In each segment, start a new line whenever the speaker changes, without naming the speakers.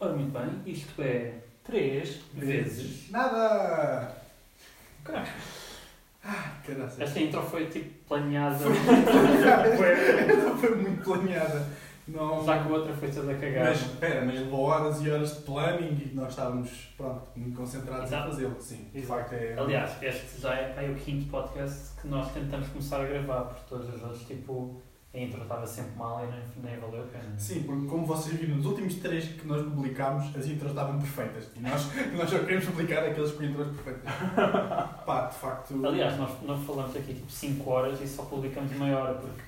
Ora, muito bem, isto é
3
vezes.
Nada! Ah,
Caralho,
Caraca.
Esta intro foi tipo planeada,
Foi, foi muito planeada. Não...
já que a outra foi toda cagada.
Mas espera, mas levou horas e horas de planning e nós estávamos, pronto, muito concentrados
Exato.
em fazê-lo, sim. De
Exato.
facto é.
Aliás, este já é pá, o quinto podcast que nós tentamos começar a gravar, porque todos os outros, tipo, a intro estava sempre mal e nem, nem valeu a pena.
Sim, porque como vocês viram nos últimos três que nós publicámos, as intros estavam perfeitas. E nós, nós só queremos publicar aqueles com intros perfeitas. Pá, de facto.
Aliás, nós não falamos aqui tipo 5 horas e só publicamos meia hora, porque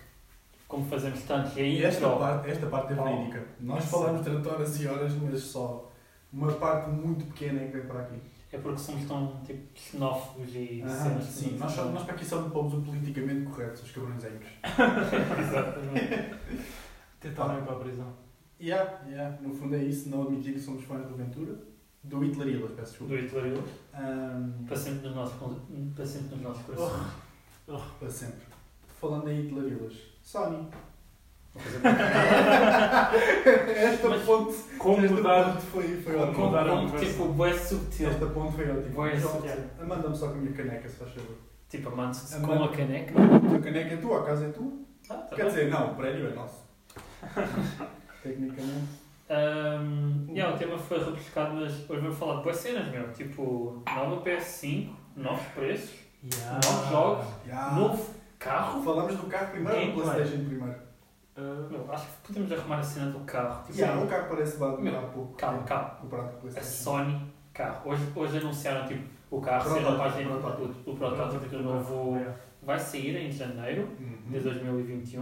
como fazemos tanto e aí
E esta parte, esta parte é verídica. Nós
Sim.
falamos durante horas e horas, mas só uma parte muito pequena é que vem para aqui.
é porque somos tão tipo xenófobos e
Ah,
cenas que
sim,
não-
nós, só- nós para aqui só pomos o politicamente correto, os é cabrõezinhos.
Ah, Exatamente.
tentaram ir para é a prisão.
Yeah, yeah, no fundo é isso, não admitir que somos fãs do Ventura. Do Hitler Ilhas, peço desculpa.
Do Hitler
Ahm,
para sempre nos nossos, para sempre nos nossos corações.
para sempre. Falando em Hitler Ilhas, Sony. Oh.
Uma coisa que-
Esta
Mas
ponte,
Como
esta
mudar,
ponte foi, foi
como
ótima.
Como,
mudar a
como,
conversa.
tipo, bué subtil.
Esta ponte foi ótima.
Vai
Só-
sortear.
Manda-me só com a minha caneca, se faz favor.
Tipo, amante-se
Amante.
com uma caneca.
A tua caneca é tua, a casa é tua.
Ah, tá
Quer
bem.
dizer, não, o prédio é nosso. Tecnicamente.
Ahm, yeah, o tema foi rebuscado, mas hoje vamos falar de boas cenas, meu. Tipo, nova PS5, novos preços, novos jogos,
Yeah.
novo carro.
Falamos do carro primeiro
É,
ou do
Gameplay.
PlayStation primeiro?
Ah,
Meu, acho que podemos arrumar a cena do carro. Tipo,
Yeah, o carro parece
Meu,
básico há pouco.
Calma, calma.
Comparado
É
com o
A
PlayStation.
Sony, carro. Hoje, hoje anunciaram tipo, o carro ser a
Protótipo,
página
protótipo.
o, o protótipo do novo.
É.
Vai sair em janeiro
Uhum.
de 2021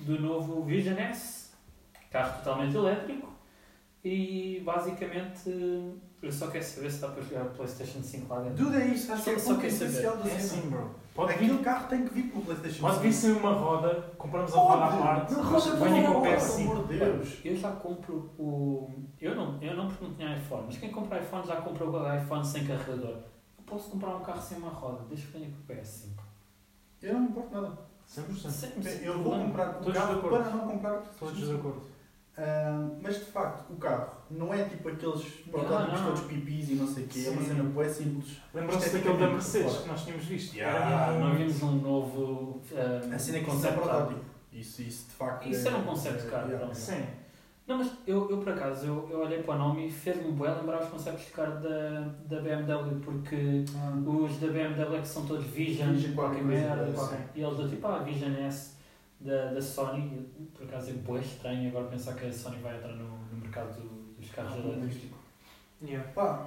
do novo Vision S, carro totalmente elétrico e basicamente eu só quero saber se dá para jogar PlayStation 5 lá dentro.
Duda é isso, acho que
Só-
é o
só
ponto
quer saber.
essencial da
É assim,
cena.
bro. Pode vir,
Aquele carro tem que vir para o PlayStation.
pode vir sem uma roda, compramos a roda à parte.
Não roda
venha com o
pelo
PS5.
amor de Deus.
Eu já compro o. Eu não, eu não porque não tinha iPhone, mas quem compra iPhone já comprou o iPhone sem carregador. Eu posso comprar um carro sem uma roda, desde que venha com o PS5.
Eu não me importo nada.
100%.
Sem- sem
Eu vou
problema.
comprar o
Todos de
carro
acordo.
para não comprar o
Todos
PlayStation.
de acordo.
Ah, mas de facto, o carro não é tipo aqueles protótipos
não.
todos pipis e não sei o quê. É uma
Sim.
cena bué simples.
Lembram-se daquele da Mercedes que nós tínhamos visto?
é tipo Yeah.
Era
Não
um-
vimos um novo. ah,
A cena é
concept
conceito
art.
protótipo. Isso, isso de facto.
Isso
é-
era um conceito, cara,
yeah.
não.
Sim.
Não, mas eu, eu por acaso, eu, eu olhei para o nome e fez-me bué lembrar os conceitos de carro da, da BMW, porque
Ah.
os da BMW é que são todos Vision,
Vision,
qualquer
qualquer coisa,
merda,
é,
qualquer- e eles do tipo, ah, Vision S da, da Sony, e, por acaso é bué estranho agora pensar que a Sony vai entrar no, no mercado do- dos carros
Ah,
elétricos.
Yeah.
Pá,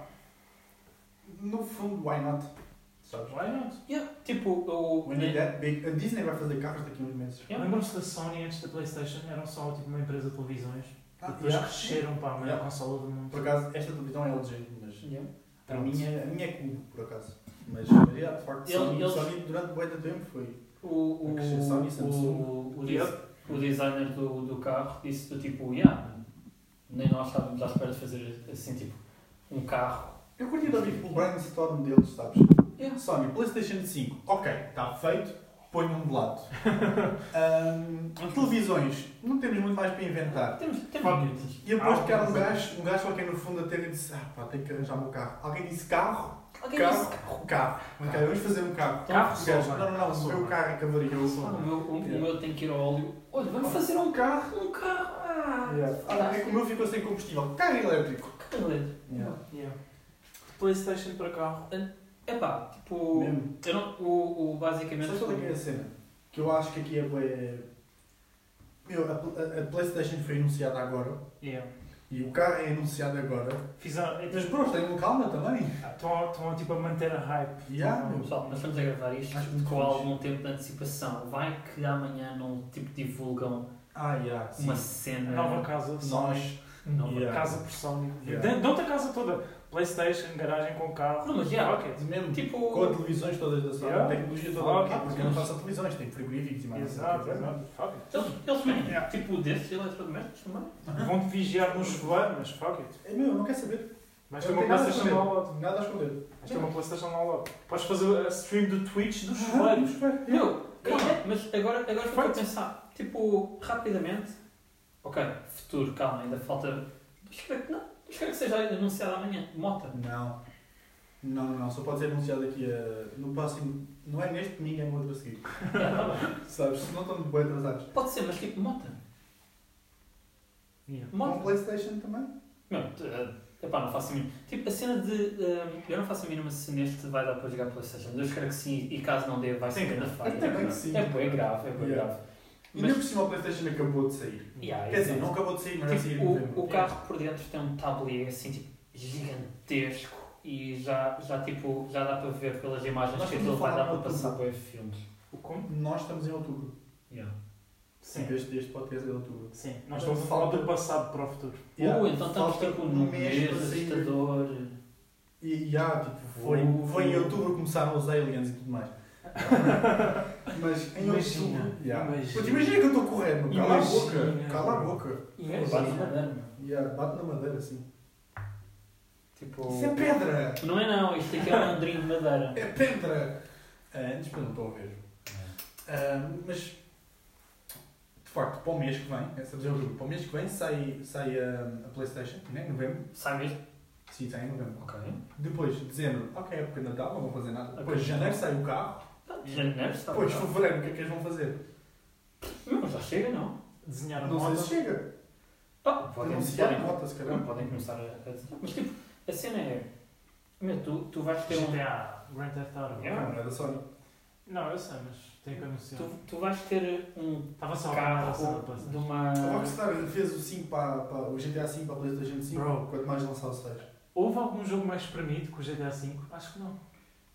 no fundo, why not? Sabes?
Why not?
Yeah, tipo, o...
When you're that big, a Disney vai fazer carros daqui a uns meses.
Yeah.
Lembram-se da Sony antes da Playstation? Eram só tipo uma empresa de televisões.
Ah,
depois
yeah.
cresceram para a maior
Yeah.
consola do mundo.
Por acaso, esta televisão é LG, mas
Yeah.
a
Pronto.
minha, a minha é cubo, por acaso. Mas, mas yeah, de facto,
Ele-
Sony,
eles-
Sony durante muito tempo foi.
O, o,
A Sony, Samsung.
o, o,
Yep.
des- o designer do, do carro disse do tipo, yeah, nem nós estávamos à espera de fazer assim, tipo, um carro.
Eu curti de ouvir o brainstorm um deles, sabes?
Yeah.
Sony, PlayStation 5, ok, está feito, ponho-me um de lado. Ahm, televisões, não temos muito mais para inventar.
Temos, temos
Fuck
muitas.
E aposto que há um
Alguém-
gajo, um gajo qualquer no fundo até e disse, ah pá, tenho que arranjar um carro. Alguém disse carro?
Alguém
Carro?
disse carro.
Carro. Ok, vamos fazer um carro.
Carro
O
só,
gajo,
vai.
não, não, não, o meu carro é que avariou.
Ah, o meu, o, o meu tem que ir ao óleo. Olha, vamos fazer um carro. Um carro. Ah,
Yeah. Ah, é que o meu ficou sem combustível. Carro elétrico. Yeah.
Yeah. Playstation para carro.
É pá, tipo.
Mesmo.
Eu não, o, o, basicamente.
Sabes qual é que é a cena? Que eu acho que aqui é bué- Meu, a, a- a Playstation foi anunciada agora.
Yeah.
E o carro é anunciado agora.
Fizeram, então,
Mas bros,
um
tenham calma também.
Estão, estão tipo a manter a hype.
Yeah, meu.
Pessoal, nós estamos a gravar isto
Acho muito
com
fixe.
algum tempo de antecipação. Vai que amanhã não tipo, divulgam
Ah, yeah, sim.
uma
A
cena
nova casa.
Nós.
nova.
Yeah.
Casa por Sony.
Yeah.
Yeah. Dão-te a casa toda. Playstation, garagem com carro.
Não, mas yeah.
Ok.
Mesmo.
Tipo.
Com as televisões todas da Sony,
Yeah.
tecnologia toda.
Fuck
Ah,
it.
porque não faço televisões, tem frigoríficos e mais.
Exato,
não sei o quê.
exato. Fuck it.
Eles, eles têm
Yeah.
tipo desses eletrodomésticos também.
Vão-te vigiar no chuveiro, mas fuck it.
É meu, não quer saber.
Mas
Eu
ter
não
uma
tenho nada a
Playstation
esconder.
ao lado.
Nada a esconder.
Mas ter uma Playstation ao lado. Podes fazer a stream do Twitch dos
Ah,
chuveiros.
chuveiro.
Meu, é, mas agora, agora fico a
Facto.
pensar, tipo, rapidamente, ok, futuro, calma, ainda falta. Mas espero que não, Espero que seja anunciado amanhã. Mota.
Não. Não, não, só pode ser anunciado aqui a- no próximo. Não é neste domingo, é no outro a seguir.
Já, tá bem.
Sabes? Se não estão bem atrasados.
Pode ser, mas tipo Mota.
Yeah.
Com o
Mota.
PlayStation também?
Não, t- eh, epá, não faço a mínima. Tipo, a cena de. eh, eu não faço a mínima se neste vai dar para jogar PlayStation. Eu espero que sim, e caso não dê, vai ser
Tem que dar.
segunda-feira.
Até bem que sim.
É bem grave, é bem
Yeah.
grave.
E nem
Mas-
por cima o PlayStation acabou de sair.
Yeah, é
Quer dizer,
exato.
não acabou de sair, mas vai sair em
Tipo, o,
novembro.
o carro por dentro tem um tablier assim tipo gigantesco e já, já, tipo, já dá para ver pelas imagens
Nós
que
estamos
aquilo
a
vai
falar
dar para
de
passar para é filmes.
O como?
Nós estamos em outubro.
Uh,
Sim.
Sim. Este, este podcast é de outubro.
Sim. Nós estamos a falar do passado para o futuro.
Uh, então estamos
Falta um
tipo num mês
para sair.
assustador.
E já, tipo, foi,
Uh.
foi em outubro que começaram os aliens e tudo mais. Mas em
Imagina,
outubro. já.
imagina.
Puta, imagina que eu estou correndo. Cala a
Imagina.
boca. Cala a boca.
E é bate na dama.
Yeah, bate na madeira assim.
Tipo.
Isso é pedra!
Não é não, isto aqui é um andrinho de madeira.
É pedra! Ah, antes para não estou a ver. Ah, mas de facto, para o mês que vem, essa é a dúvida, para o mês que vem sai, sai ah, a Playstation, né? em novembro.
Sai mesmo?
Sim, sai em novembro.
Ok.
Depois, dezembro, ok, é época de Natal, não vão fazer nada.
Ok.
Depois janeiro sai o carro.
Ah, Janeiro está
Depois
bom.
fevereiro, o que é que eles vão fazer?
Não, já chega não.
Desenhar a
Não sei
moda.
se chega.
Ah, podem
Anunciar a
podem-
nota, se
não,
calhar.
podem começar a, a desenhar. Mas tipo, a cena é. Meu, tu, tu vais ter um.
GTA, Grand Theft Auto.
Yeah.
Não, não é da Sony.
Não, eu sei, mas tenho que anunciar.
um, Tu, tu vais ter um
Estava só a
carro de uma.
A Rockstar fez o, 5 para, para, o GTA 5 para a Playstation 5,
Bro.
quanto mais lançar o 6.
Houve algum jogo mais espremido que o GTA V? Acho que não.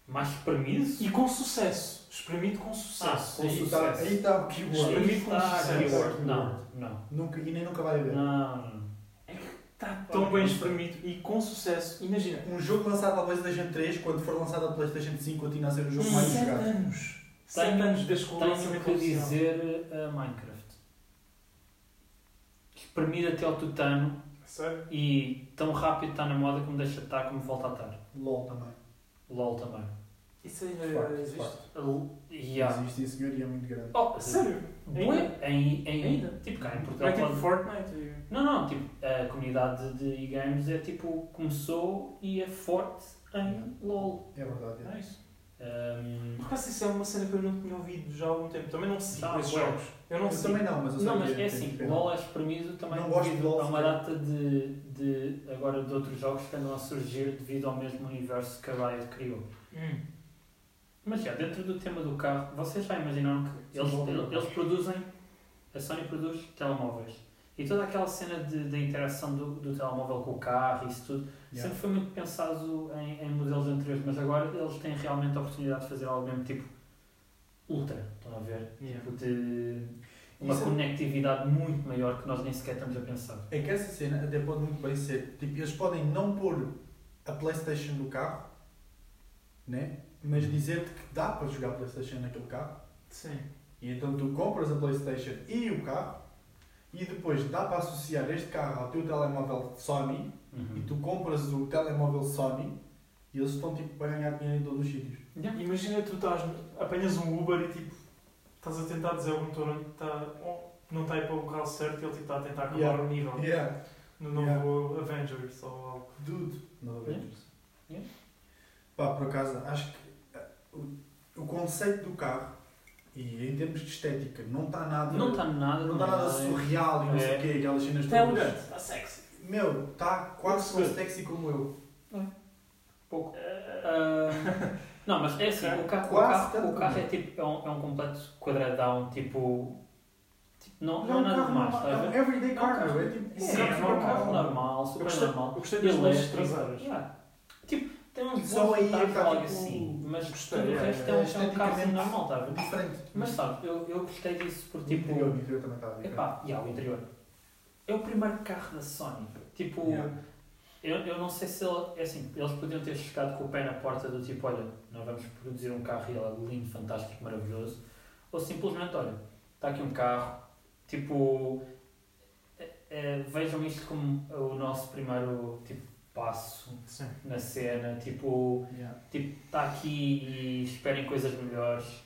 Mais permisso?
E com sucesso. Espremido com sucesso.
com
Aí
sucesso.
está aí tá o keyword.
Espremido com
Está
sucesso.
keyword. Não, não.
Nunca, e nem nunca vai haver.
Não, não.
Está Tá tão bem espremido e com sucesso. Imagina.
Um jogo lançado para PlayStation 3, quando for lançado para PlayStation 5, continua a ser o jogo mais
Sete
jogado.
anos. 7 anos desde que o
Tenho
lançamento
que
oficial.
dizer a Minecraft. Espremido até ao tutano
Sério?
e tão rápido está na moda que me deixa de estar como volta a estar.
LOL também.
LOL também.
Isso
De
ainda
facto, de
existe?
facto.
L- Yeah.
Existe isso senhor, e é muito grande.
Oh,
Sério?
Bué, em, em,
Ainda?
Tipo, cá em Portugal.
É tipo
pode-
Fortnite. e-
Não, não, tipo, a comunidade de e-games é tipo, começou e é forte em LOL.
É verdade.
Não
É.
é isso?
Um,
Por acaso isso é uma cena que eu não tinha ouvido já há algum tempo. Também não sigo
Tá,
esses
bué.
jogos. Eu não
Eu
sigo.
também não, mas eu sei
Não,
que
mas é
tem
assim,
pena.
LOL é espremido também
Não gosto de
devido
LOL
a uma
sequer.
data de, de agora de outros jogos que andam a surgir devido ao mesmo universo que a Riot criou.
Hum.
Mas já, dentro do tema do carro, vocês já imaginaram que
Sim,
eles,
bom,
eles,
bom.
eles produzem, a Sony produz telemóveis. E toda aquela cena de, da interação do, do telemóvel com o carro, isso tudo,
Yeah.
sempre foi muito pensado em, em modelos anteriores, mas agora eles têm realmente a oportunidade de fazer algo mesmo tipo ultra, estão a ver?
Yeah.
Tipo de uma
Isso é-
conectividade muito maior que nós nem sequer estamos a pensar.
É que essa cena até pode muito bem ser. Tipo, eles podem não pôr a PlayStation no carro, né? mas dizer-te que dá para jogar PlayStation naquele carro.
Sim.
E então tu compras a Playstation e o carro e depois dá para associar este carro ao teu telemóvel Sony e tu compras o telemóvel Sony e eles estão tipo para ganhar dinheiro em todos os sítios.
Yeah.
Imagina tu estás, apanhas um Uber e tipo, estás a tentar dizer ao motor onde está, oh, não está aí para o carro certo e ele tipo, está a tentar acabar
Yeah.
o nível
Yeah,
no novo Avengers ou algo.
dude. No Avengers.
Yeah.
Pá, por acaso, acho que eh, o, o conceito do carro e em termos de estética não está nada.
Não está nada.
não está nada surreal e não sei
É.
o quê, aquelas cenas
Então,
Tá
todas.
elegante.
Está sexy.
Meu, está quase tão
Perceber.
sexy como eu.
Pouco. Ah, não, mas é assim, o carro, o carro,
Quase
o
tanto
carro é
mesmo.
tipo, é um, é um completo quadradão, tipo, tipo não,
é
não é
um
nada
carro
demais,
normal,
estás a
é um
ver?
everyday
É um
car,
carro.
é tipo.
Sim,
é,
é
um
normal.
carro normal,
Eu
super
gostei,
normal. é
eu gostei das lentes
Elétrico.
traseiras.
Yeah. Tipo, tem uns
Só
bons
aí é
detalhes,
carro
algo
tipo-
assim, mas
Gostei,
tudo o
é,
resto
é,
é, um- é um carro assim
esteticamente-
normal, estás a ver?
tá Diferente.
Mas sabe, eu, eu gostei disso por
Tipo,
tipo.
o interior também estava diferente.
Epá, e há o interior. É o primeiro carro da Sony. Tipo,
Yeah.
eu, eu não sei se ele, é assim, eles podiam ter chegado com o pé na porta do tipo, olha, nós vamos produzir um carro e ele é lindo, fantástico, maravilhoso. Ou simplesmente, olha, está aqui um carro, tipo, é- é, vejam isto como o nosso primeiro tipo, passo
Sim.
na cena, tipo,
Yeah.
Tipo, está aqui e esperem coisas melhores.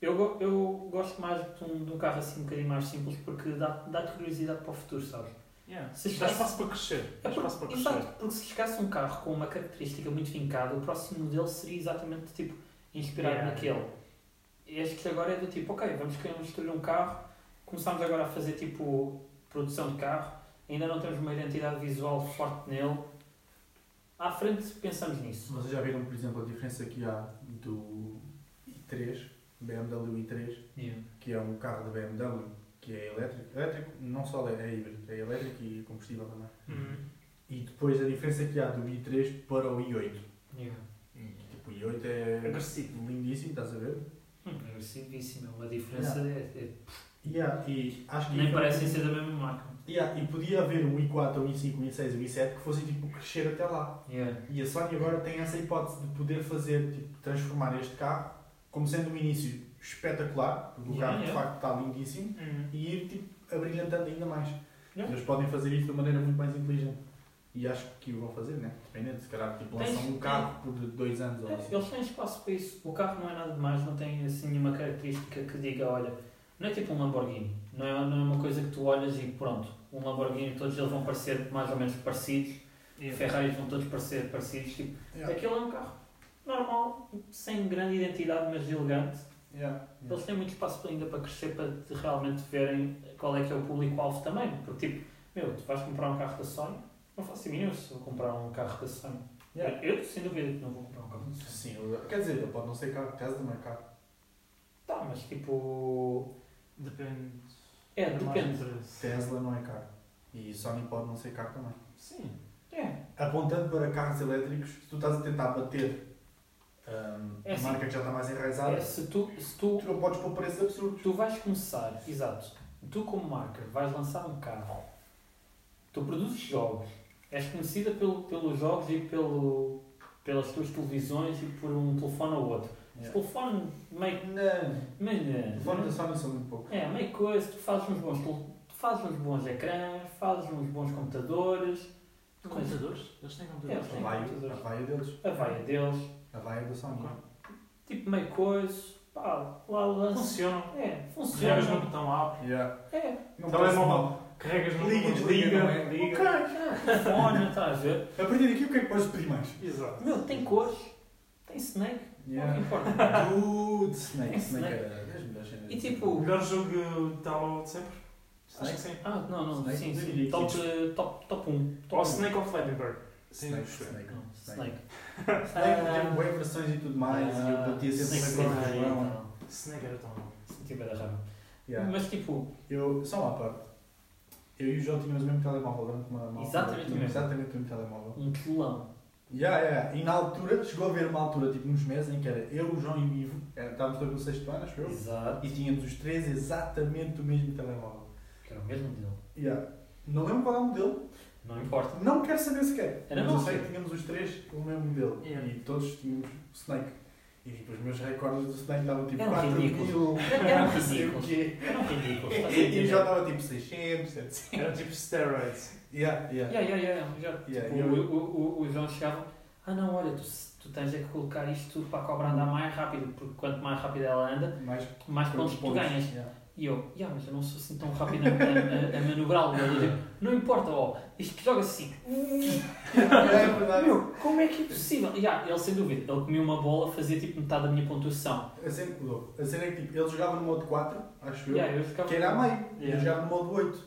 Eu, go- eu gosto mais de um, de um carro assim um bocadinho mais simples porque dá- dá-te curiosidade para o futuro, sabes?
Yeah.
Se
Dá
chegasse-
espaço para crescer. Dá
É
espaço para
porque,
crescer.
exato, porque se chegasse um carro com uma característica muito vincada, o próximo modelo seria exatamente tipo inspirado
Yeah.
naquele. Este agora é do tipo, ok, vamos querer construir um carro, começamos agora a fazer tipo produção de carro, ainda não temos uma identidade visual forte nele. À frente pensamos nisso.
Vocês já viram, por exemplo, a diferença que há do i3, BMW i3, que é um carro da BMW que é elétrico, elétrico não só é, é híbrido, é elétrico e combustível também.
Uhum.
E depois a diferença que há do i3 para o i8.
Yeah.
Tipo, o i8 é
Agressivo.
lindíssimo, estás a ver?
Hum, agressivíssimo, é uma diferença. é- é-
E há- e acho que
nem parecem ser da mesma marca.
Yeah, e podia haver um i4, um i5, um i6, um i7 que fossem tipo crescer até lá.
Yeah.
E a Sony agora tem essa hipótese de poder fazer, tipo, transformar este carro como sendo um início espetacular, porque o
Yeah,
carro de
yeah.
facto está lindíssimo,
Uhum.
e ir tipo, abrilhantando ainda mais.
Yeah.
Eles podem fazer isto de uma maneira muito mais inteligente. E acho que o vão fazer, né? Dependendo, se calhar tipo, lançam
Tens-
um carro por dois anos ou assim.
É, Eles têm espaço para isso. O carro não é nada demais, não tem assim nenhuma característica que diga, olha, não é tipo um Lamborghini, não é, não é uma coisa que tu olhas e pronto, um Lamborghini todos eles vão parecer mais ou menos parecidos,
Yeah.
Ferraris vão todos parecer parecidos, tipo,
Yeah.
aquele é um carro normal, sem grande identidade, mas elegante.
Yeah. Yeah.
Eles têm muito espaço ainda para crescer, para de- realmente verem qual é que é o público-alvo também, porque tipo, meu, tu vais comprar um carro da Sony, não faço a mínima se vou comprar um carro da Sony.
Yeah.
Eu, sem dúvida, que não vou comprar um carro da Sony.
Sim, eu- quer dizer, ele pode não ser carro, caso de mercado.
Tá, mas tipo.
Depende.
É,
da margem de
depende.
interesse.
Tesla não é carro. E Sony pode não ser carro também.
Sim.
É.
apontando para carros elétricos, se tu estás a tentar bater hum,
É
a
assim.
marca que já está mais enraizada,
é se tu, se tu,
tu não podes pôr preços absurdos.
tu vais começar, exato, tu como marca vais lançar um carro, tu produzes jogos, és conhecida pelo, pelos jogos e pelo, pelas tuas televisões e por um telefone ou outro. O telefone meio.
Não,
meio-
fora da Sony são muito pouco.
Uhum. É, meio coisa, tu fazes uns bons, tel- tu fazes uns bons ecrãs, fazes uns bons computadores,
Computadores? Eles têm computadores.
É,
A
sim.
vaia,
computadores.
a vaia deles,
a vaia deles,
a vaia da Sony.
Ok.
tipo meio coisa, pá, lá lança.
Funcionam.
É,
Carregas no
funciona.
botão app,
Yeah.
É,
Não
Então
parece
é uma-
mal.
carregas no
Liga,
botão
desliga, não é?
liga.
fone, está a ver?
A partir daqui, o que é que podes pedir mais?
Exato.
Meu, tem cores, tem snake,
Yeah.
não importa.
Dude, Snake, Snake
Snake.
era das melhores cenas.
E
O
tipo-
melhor jogo de download de sempre? Acho
Snake?
que sim.
Ah, não, não,
Snake,
sim,
Snake.
sim. Top, eh, top, top 1. Top
Ou
1.
Snake of Flappy Bird. Sim,
Snake,
sim.
Snake.
Não,
Oh, Snake.
Snake.
Snake
Ah.
tinha boas versões e tudo mais, e eu batia sempre
Snake,
na cor do
Snake,
João.
não.
Snake era tão bom.
Se tiver a rama.
Yeah.
Mas tipo,
Eu, só uma parte. Eu e o João tínhamos o mesmo telemóvel durante uma uma altura.
Exatamente o
Tínhamos
mesmo.
Exatamente o mesmo telemóvel.
um telão.
Yeah, yeah. E na altura, chegou a haver uma altura, tipo uns meses, em que era eu, o João e o Ivo, era- estávamos todos no sexto ano, acho eu,
Exato.
e tínhamos os três exatamente o mesmo telemóvel.
Que era o mesmo modelo.
Yeah. Não lembro qual é o modelo,
Não importa.
não quero saber sequer.
Era
Mas eu
bom.
sei que tínhamos os três o mesmo modelo.
Yeah.
E todos tínhamos o Snake. E tipo, os meus recordes do Snake estavam tipo
Era um
4 mil,
ridículo. Era um
não sei o
ridículo.
quê.
Era um ridículo. estás a
E
entender?
o João estava tipo 600, 700.
Era tipo steroids.
Yeah, yeah.
Yeah, yeah, yeah, já, tipo,
Yeah,
o,
eu-
o- o- o João chegava, ah não, olha, tu, se- tu tens é que colocar isto tudo para a cobra andar mais rápido, porque quanto mais rápido ela anda,
Mais
mais pontos tu ganhas.
Yeah.
E eu, yeah, mas eu não sou assim tão rápido a, a, a manobrá-lo. Ele diz, não importa, ó, isto joga assim.
É verdade.
Meu, como é que é possível? Yeah, ele sem dúvida, ele comia uma bola, fazia tipo metade da minha pontuação.
A cena, mudou. a cena é que tipo, ele jogava no modo 4, acho eu,
Yeah, eu ficava,
que era a meio, e eu
Yeah.
jogava no modo 8.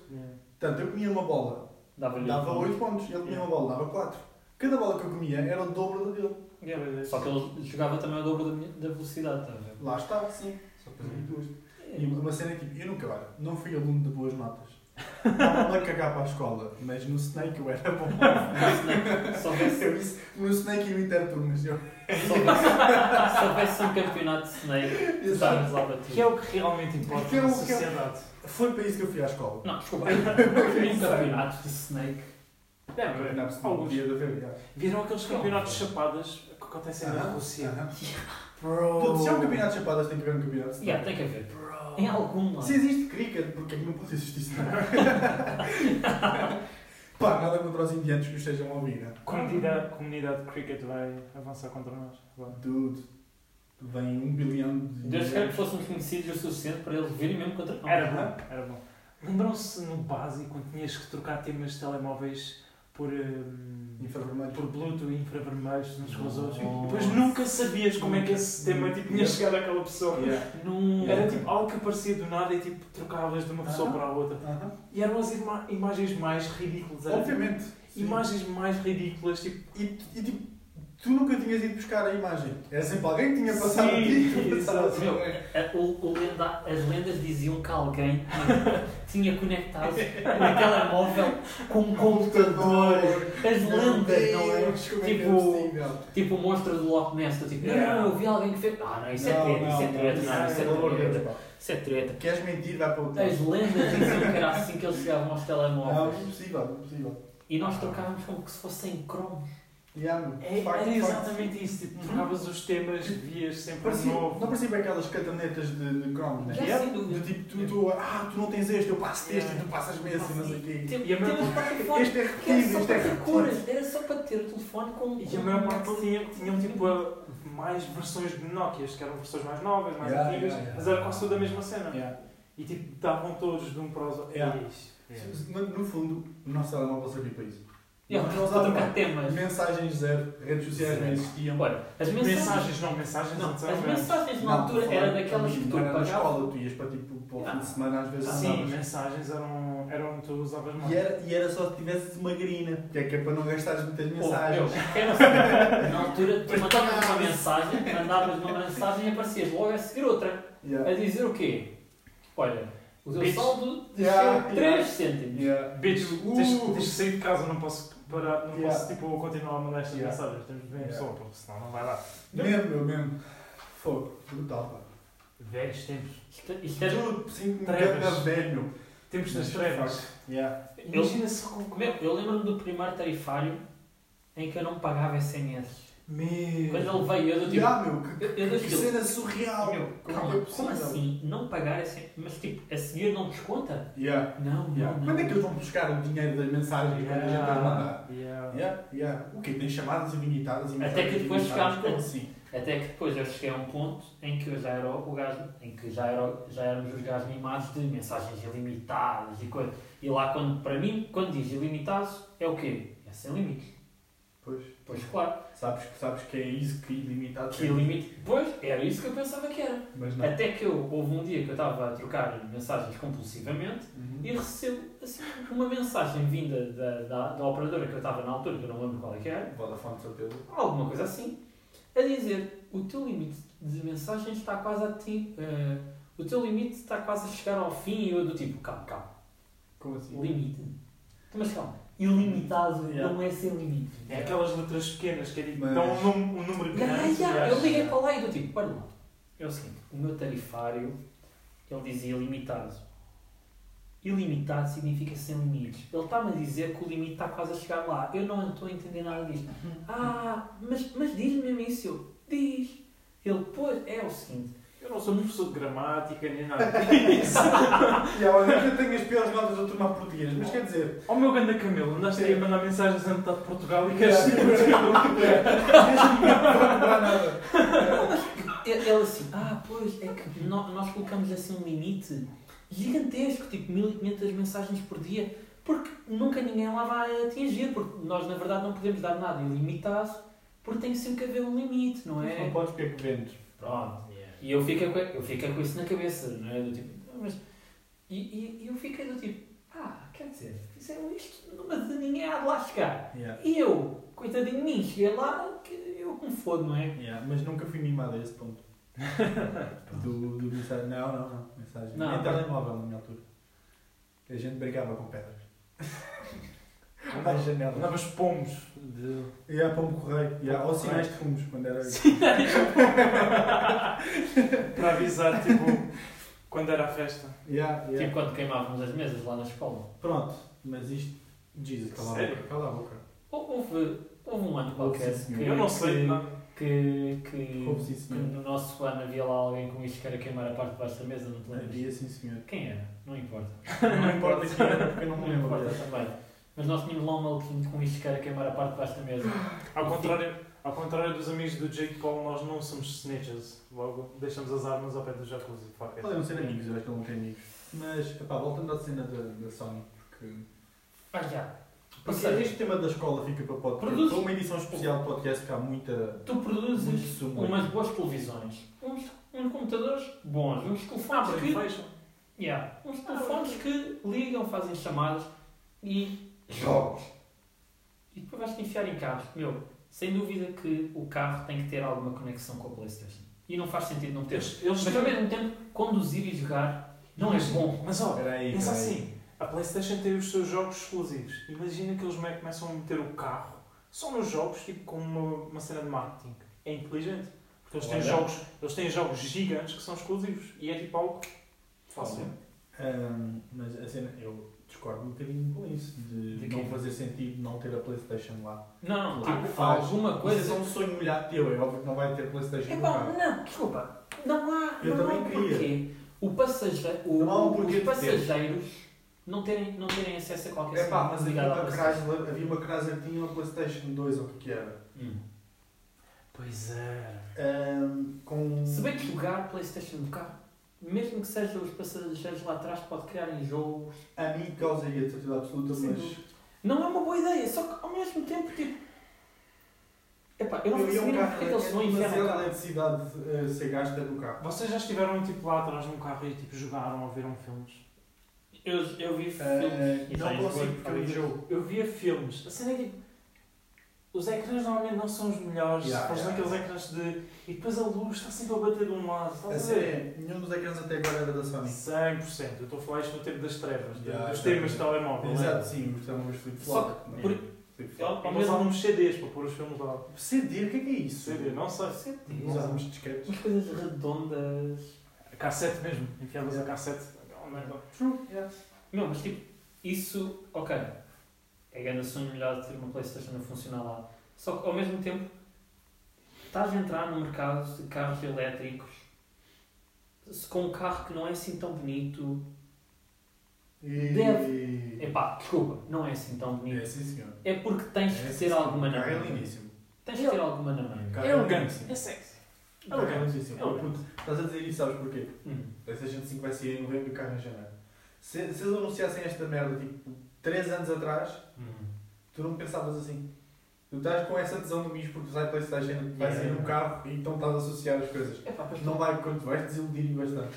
Portanto, eu comia uma bola,
dava-lhe
dava
um-
8 pontos, ele comia uma bola, dava 4. Cada bola que eu comia era o dobro da dele.
Só que ele jogava também ao dobro da, minha- da velocidade, estás a ver?
Lá está, sim. Só depois havia duas. E uma cena é tipo, eu nunca era, não fui aluno de boas notas. Estava a cagar para a escola, mas no Snake eu era bom.
Só vê-se
Eu disse, no Snake eu interturmas. Eu...
Se houvesse- se houvesse um campeonato de Snake, estávamos lá para
Que é o que realmente importa
Que é o
na
que é-
sociedade.
Foi para isso que eu fui à escola.
Não, desculpa. Um campeonato de Snake.
Deve haver.
É, Alguns
Alguns.
dias de haver, já.
Viram aqueles campeonatos de chapadas que acontecem na
Aham,
Rússia?
aham.
Bro.
Todo- Se é um campeonato de chapadas, tem que haver um campeonato de
Yeah,
Snake.
tem que haver.
Bro.
Em algum lado.
Se existe cricket, porque é que não pode existir Snake? Pá, nada contra os indianos que nos estejam a ouvir, né?
Comunidade, comunidade de cricket vai avançar contra nós. Vai.
Dude, vem um bilhão de.
um Deus quer que fôssemos conhecidos o suficiente para eles virem mesmo contra nós.
Era bom, era bom. Lembram-se no básico, quando tinhas que trocar temas de telemóveis por, hum,
Infravermelho.
por Bluetooth e infravermelhos uns com os outros? E depois
Nossa.
nunca sabias como é que esse tema tipo, tinha
Yeah.
chegado àquela pessoa.
Yeah.
Num...
Era tipo algo que aparecia do nada e tipo trocavas de uma pessoa
Ah.
para a outra.
Aham.
E eram as ima- imagens mais ridículas. era, tipo,
Obviamente. Sim.
Imagens mais ridículas, tipo.
E, e tipo, tu nunca tinhas ido buscar a imagem. Era sempre alguém que tinha passado
Sim,
a ti. tu
exato.
passavas.
Meu, a- o- o lenda- as lendas diziam que alguém tinha conectado um telemóvel com um computador. As
Meu
lendas, não é?
Deus, como é? que é
Tipo,
possível?
tipo o monstro do Loch Ness. Eu tipo,
Yeah.
não, não, eu vi alguém que fez. Ah, não, isso é treta, isso é treta, não, isso
pelo amor de
é
Deus,
treta.
pá.
Isso é treta.
Queres mentir, vai para o
As lendas diziam que era assim que eles chegavam aos
Não,
telemóveis.
impossível, impossível.
E nós trocávamos como que se fossem cromos.
Yeah, meu. Facto,
É, era
facto. Uhum.
exatamente isso, tipo, trocavas os temas, vias sempre um
Parecia-
novo.
não parecia bem aquelas catanetas de, de cromos, né?
Yeah, sem dúvida.
Do tipo, tu, tu, ah, tu não tens este, eu passo este
Yeah.
e tu passas me esse, não sei o quê.
Tem-
E a maior-
Temos para telefone.
Este é
que era
repetido,
só
este
para
é
ter
repetido.
cores, era só para ter o telefone com.
E a maior parte tinha, tinham tipo a- mais versões de Nokias, que eram versões mais novas, mais
Yeah,
antigas,
yeah, yeah.
mas era quase toda a mesma cena.
Yeah.
E tipo, davam todos de um para os outros.
Yeah.
Ixi.
No, no fundo, o nosso telemóvel servia para isso.
Yeah,
Não
para
usava
trocar temas.
Mensagens zero, redes sociais não
Zero.
existiam.
Olha, as mensagens.
Mensagens, não, mensagens
Não,
não,
as mensagens na altura
fora,
eram daquelas que tu
não era na
pagavas.
escola, tu ias para tipo, para o fim
Ah.
de semana às vezes
Sim,
andavas.
mensagens eram, eram tu usavas mais.
E era, e era só se tivesse uma grina, que é que é para não gastares muitas
Pô, meu,
mensagens.
era assim, na altura tu
Pois
mandavas uma
pagavas.
mensagem, mandavas uma mensagem e aparecias logo a seguir outra.
Yeah.
A dizer o quê? Olha, o teu
Bitch.
saldo
Yeah,
desceu 3
yeah.
cêntimos.
Yeah.
Bitch,
Uh.
tens, tens de sair de casa, não posso parar, não
Yeah.
posso tipo, continuar a mandar estas
Yeah.
mensagens. Temos de ver a
Yeah.
pessoa, pô, senão não vai lá.
Mesmo, meu, mesmo. Fogo, brutal, pá.
Velhos tempos.
Isto, isto era.
Tudo, sim, um
Trevas.
grande velho.
Tempos das
Mas,
trevas.
Yeah.
Eu,
Imagina-se com
meu, eu lembro-me do primeiro tarifário em que eu não pagava SMS. Quando ele veio, eu do tipo.
Yeah, meu, que,
Eu, eu do
que
tipo.
cena surreal.
Meu,
Como
calma,
é
como
possível?
assim? Não pagar SMS? Mas tipo, a seguir não desconta?
Yeah.
Não, não,
Yeah.
não.
Quando é que eles vão buscar o dinheiro das mensagens quando a gente vai mandar?
Yeah.
Yeah, yeah. O quê? Tem chamadas ilimitadas e
Até
mensagens
que depois
ilimitadas?
chegámos-
Como assim?
Até que depois eu cheguei a um ponto em que eu já era o gajo, em que já, era, já éramos os gajos mimados de mensagens ilimitadas e coisa. E lá quando, para mim, quando diz ilimitados, é o quê? É sem limites.
Pois.
Pois claro,
Sabes, sabes que é isso que ilimitado
que limite. Pois, era isso que eu pensava que era.
Mas não.
Até que eu, houve um dia que eu estava a trocar mensagens compulsivamente
Uhum.
e recebo assim, uma mensagem vinda da, da, da operadora que eu estava na altura, que eu não lembro qual é que era,
Vodafone, de certeza.
alguma coisa assim, a dizer o teu limite de mensagens está quase a ti. eh, o teu limite está quase a chegar ao fim e eu do tipo, calma, calma,
Como assim?
limite. Então, Mas calma, ilimitado
Yeah.
não é sem limite.
É aquelas letras pequenas que é tipo,
Mas-
dão um, num- um número
Yeah,
grande.
yeah,
e
Eu
acho-
liguei para lá e do tipo, olha lá, é o seguinte, o meu tarifário, ele dizia limitado. Ilimitado significa sem limites. Ele está-me a dizer que o limite está quase a chegar lá. Eu não estou a entender nada disto. Ah, mas, mas diz-me mesmo isso. Eu, Diz. Ele, pois, é o seguinte.
Eu não sou professor de gramática nem nada.
E olha, eu tenho as piores notas da turma português, mas quer dizer.
Ó Oh, meu ganda Camilo, andaste aí a mandar mensagens a metade de Portugal e queres
Yeah.
ser Portugal.
Não dá nada.
Ele, ele assim, ah, pois, é que nó- nós colocamos assim um limite gigantesco, tipo 1500 mensagens por dia, porque nunca ninguém lá vai atingir, porque nós na verdade não podemos dar nada ilimitado, porque tem sempre que haver um limite, não é?
Não podes ver que vendes.
Pronto. E eu fico, com- eu fico com isso na cabeça, não é? Do tipo, "Ah, mas... e, e- e eu fico do tipo, ah, quer dizer, isso é isto, mas ninguém há de lá chegar.
Yeah.
E eu, coitadinho de mim, cheguei lá, que eu como fodo, não é?
Yeah, Mas nunca fui mimado a esse ponto. do, do mensagem. Não, não, não. Mensagem.
Não.
Nem telemóvel na minha altura. A gente brigava com pedras.
Andava-
Às janelas.
Andavas pomos de.
E há pombo correio. E há ou
Pombo
sinais de fumos, quando era.
para avisar, tipo, quando era a festa.
Yeah, yeah.
Tipo quando queimávamos as mesas lá na escola.
Pronto, mas isto. Jesus, cala a
Sério?
boca, cala a boca.
Hou- Houve, houve um ano qualquer
Sim, senhor.
que,
Eu não sei,
que,
não.
que, que-
Houve, sim,
que
senhor.
no nosso ano havia lá alguém com isqueira a queimar a parte de baixo da mesa, não te lembras?
Havia sim senhor.
Quem era? Não importa.
Não importa quem era porque eu não
Não
me lembro.
importa também. Mas nós tínhamos lá um maluquinho com isqueira a queimar a parte de baixo da mesa.
Ao contrário, ao contrário dos amigos do Jake Paul, nós não somos snitches. Logo, deixamos as armas ao pé do jacuzzi. Fuck it.
Podem ser amigos, eu acho que ele não tem amigos. Mas, epá, voltando à cena da, da Sony, porque,
Ah, já. Ou
porque
seja,
este tema da escola fica para podcast.
Produz-
Para uma edição especial de podcast que há muita,
tu
muito
produzes
sumo. aí.
umas boas televisões, uns, uns computadores bons, uns telefones
Abre
que
e fecha.
Yeah. Uns telefones que ligam, fazem chamadas e jogos. E depois vais-te enfiar em carros. Meu, sem dúvida que o carro tem que ter alguma conexão com a Playstation. E não faz sentido não ter.
Eles, eles
Mas ao
têm-
mesmo tempo, conduzir e jogar não é bom.
Mas ó,
Espera aí,
pensa
espera aí.
assim, a Playstation tem os seus jogos exclusivos. Imagina que eles me- começam a meter o carro só nos jogos, tipo com uma, uma cena de marketing. É inteligente. Porque eles têm,
Olha.
jogos, eles têm jogos gigantes que são exclusivos. E é tipo algo fácil.
Ahm, mas a cena, eu discordo um bocadinho com isso, de,
De quê?
não fazer sentido não ter a Playstation lá.
Não,
Claro
tipo,
que faz.
alguma
Mas
coisa.
é um sonho molhado teu, é óbvio que não vai ter Playstation
É
no
bom,
carro.
não, desculpa. Não há,
Eu
não há
também
um
queria.
porquê. O passageiro, o-
Não há um porquê
os
de ter.
passageiros não terem, não terem acesso a qualquer
É pá, mas havia
ligada à
uma,
Playstation.
Chrysler, havia uma Chrysler que tinha uma Playstation 2 ou o que que era.
Hum.
Pois é.
Ahm, com...
Se bem que jogar Playstation no carro, mesmo que sejam os passageiros lá atrás, pode criar enjoos.
A mim causaria de certeza absoluta,
Sim,
mas
Não é uma boa ideia, só que ao mesmo tempo, tipo... Epá, eu não
eu ia
percebi
um
porque
carro,
é que eles estão a
é
enfiar no
demasiada
carro.
eletricidade eh, ser gasta no carro.
Vocês já estiveram tipo lá atrás num carro e tipo jogaram ou viram filmes?
Eu, eu vi
Eh,
filmes... é e
não
sei,
consigo
foi-
porque eu jogo.
Eu via filmes. A cena é tipo. Os ecrãs normalmente não são os melhores.
Yeah,
fazem
yeah,
aqueles ecrãs de. E depois a luz está sempre a bater de um lado.
A
Estás a
sério,
ver?
é, nenhum dos ecrãs até agora era da
é-
Sony.
100%. Eu estou a falar isto no tempo das trevas, de-
Yeah,
dos
yeah.
temas de telemóvel. é?
Exato, sim, portanto, os
Só
flip-flop.
que,
não é?
por-
Flip-flop.
Ao ao
Vamos usar
mesmo
uns CDs para pôr os filmes lá.
CD, o que é que é isso?
CD, não sei.
tempo...
Usávamos disquetes.
Umas coisas redondas...
A cassete mesmo. Enfiadas
Yeah.
a cassete. Oh, merda.
True, yes.
Não, mas tipo, isso... Ok. É grande sonho melhor ter uma Playstation a funcionar lá. Só que ao mesmo tempo, estás a entrar no mercado de carros elétricos se- com um carro que não é assim tão bonito.
E...
Deve. Epá, desculpa, não é assim tão
É,
bonito.
sim, senhor.
É porque tens
É,
que
sim,
ter
senhor.
alguma um na
Carro é
manga.
lindíssimo.
Tens que ter alguma na manga.
Carro
É elegante.
lindíssimo.
É sexy.
Carro é
Elegante.
lindíssimo. Oh, puto, Estás a dizer isso, sabes porquê?
Hum.
A PlayStation 5 vai sair em novembro e o carro em janeiro. Se, se eles anunciassem esta merda, tipo, 3 anos atrás,
hum.
Tu não pensavas assim. Tu estás com essa tesão do bicho porque usar Playstation vai sair
Yeah.
no carro e então estás a associar as coisas.
Epá, pois
Não vai quando vais desiludir bastante.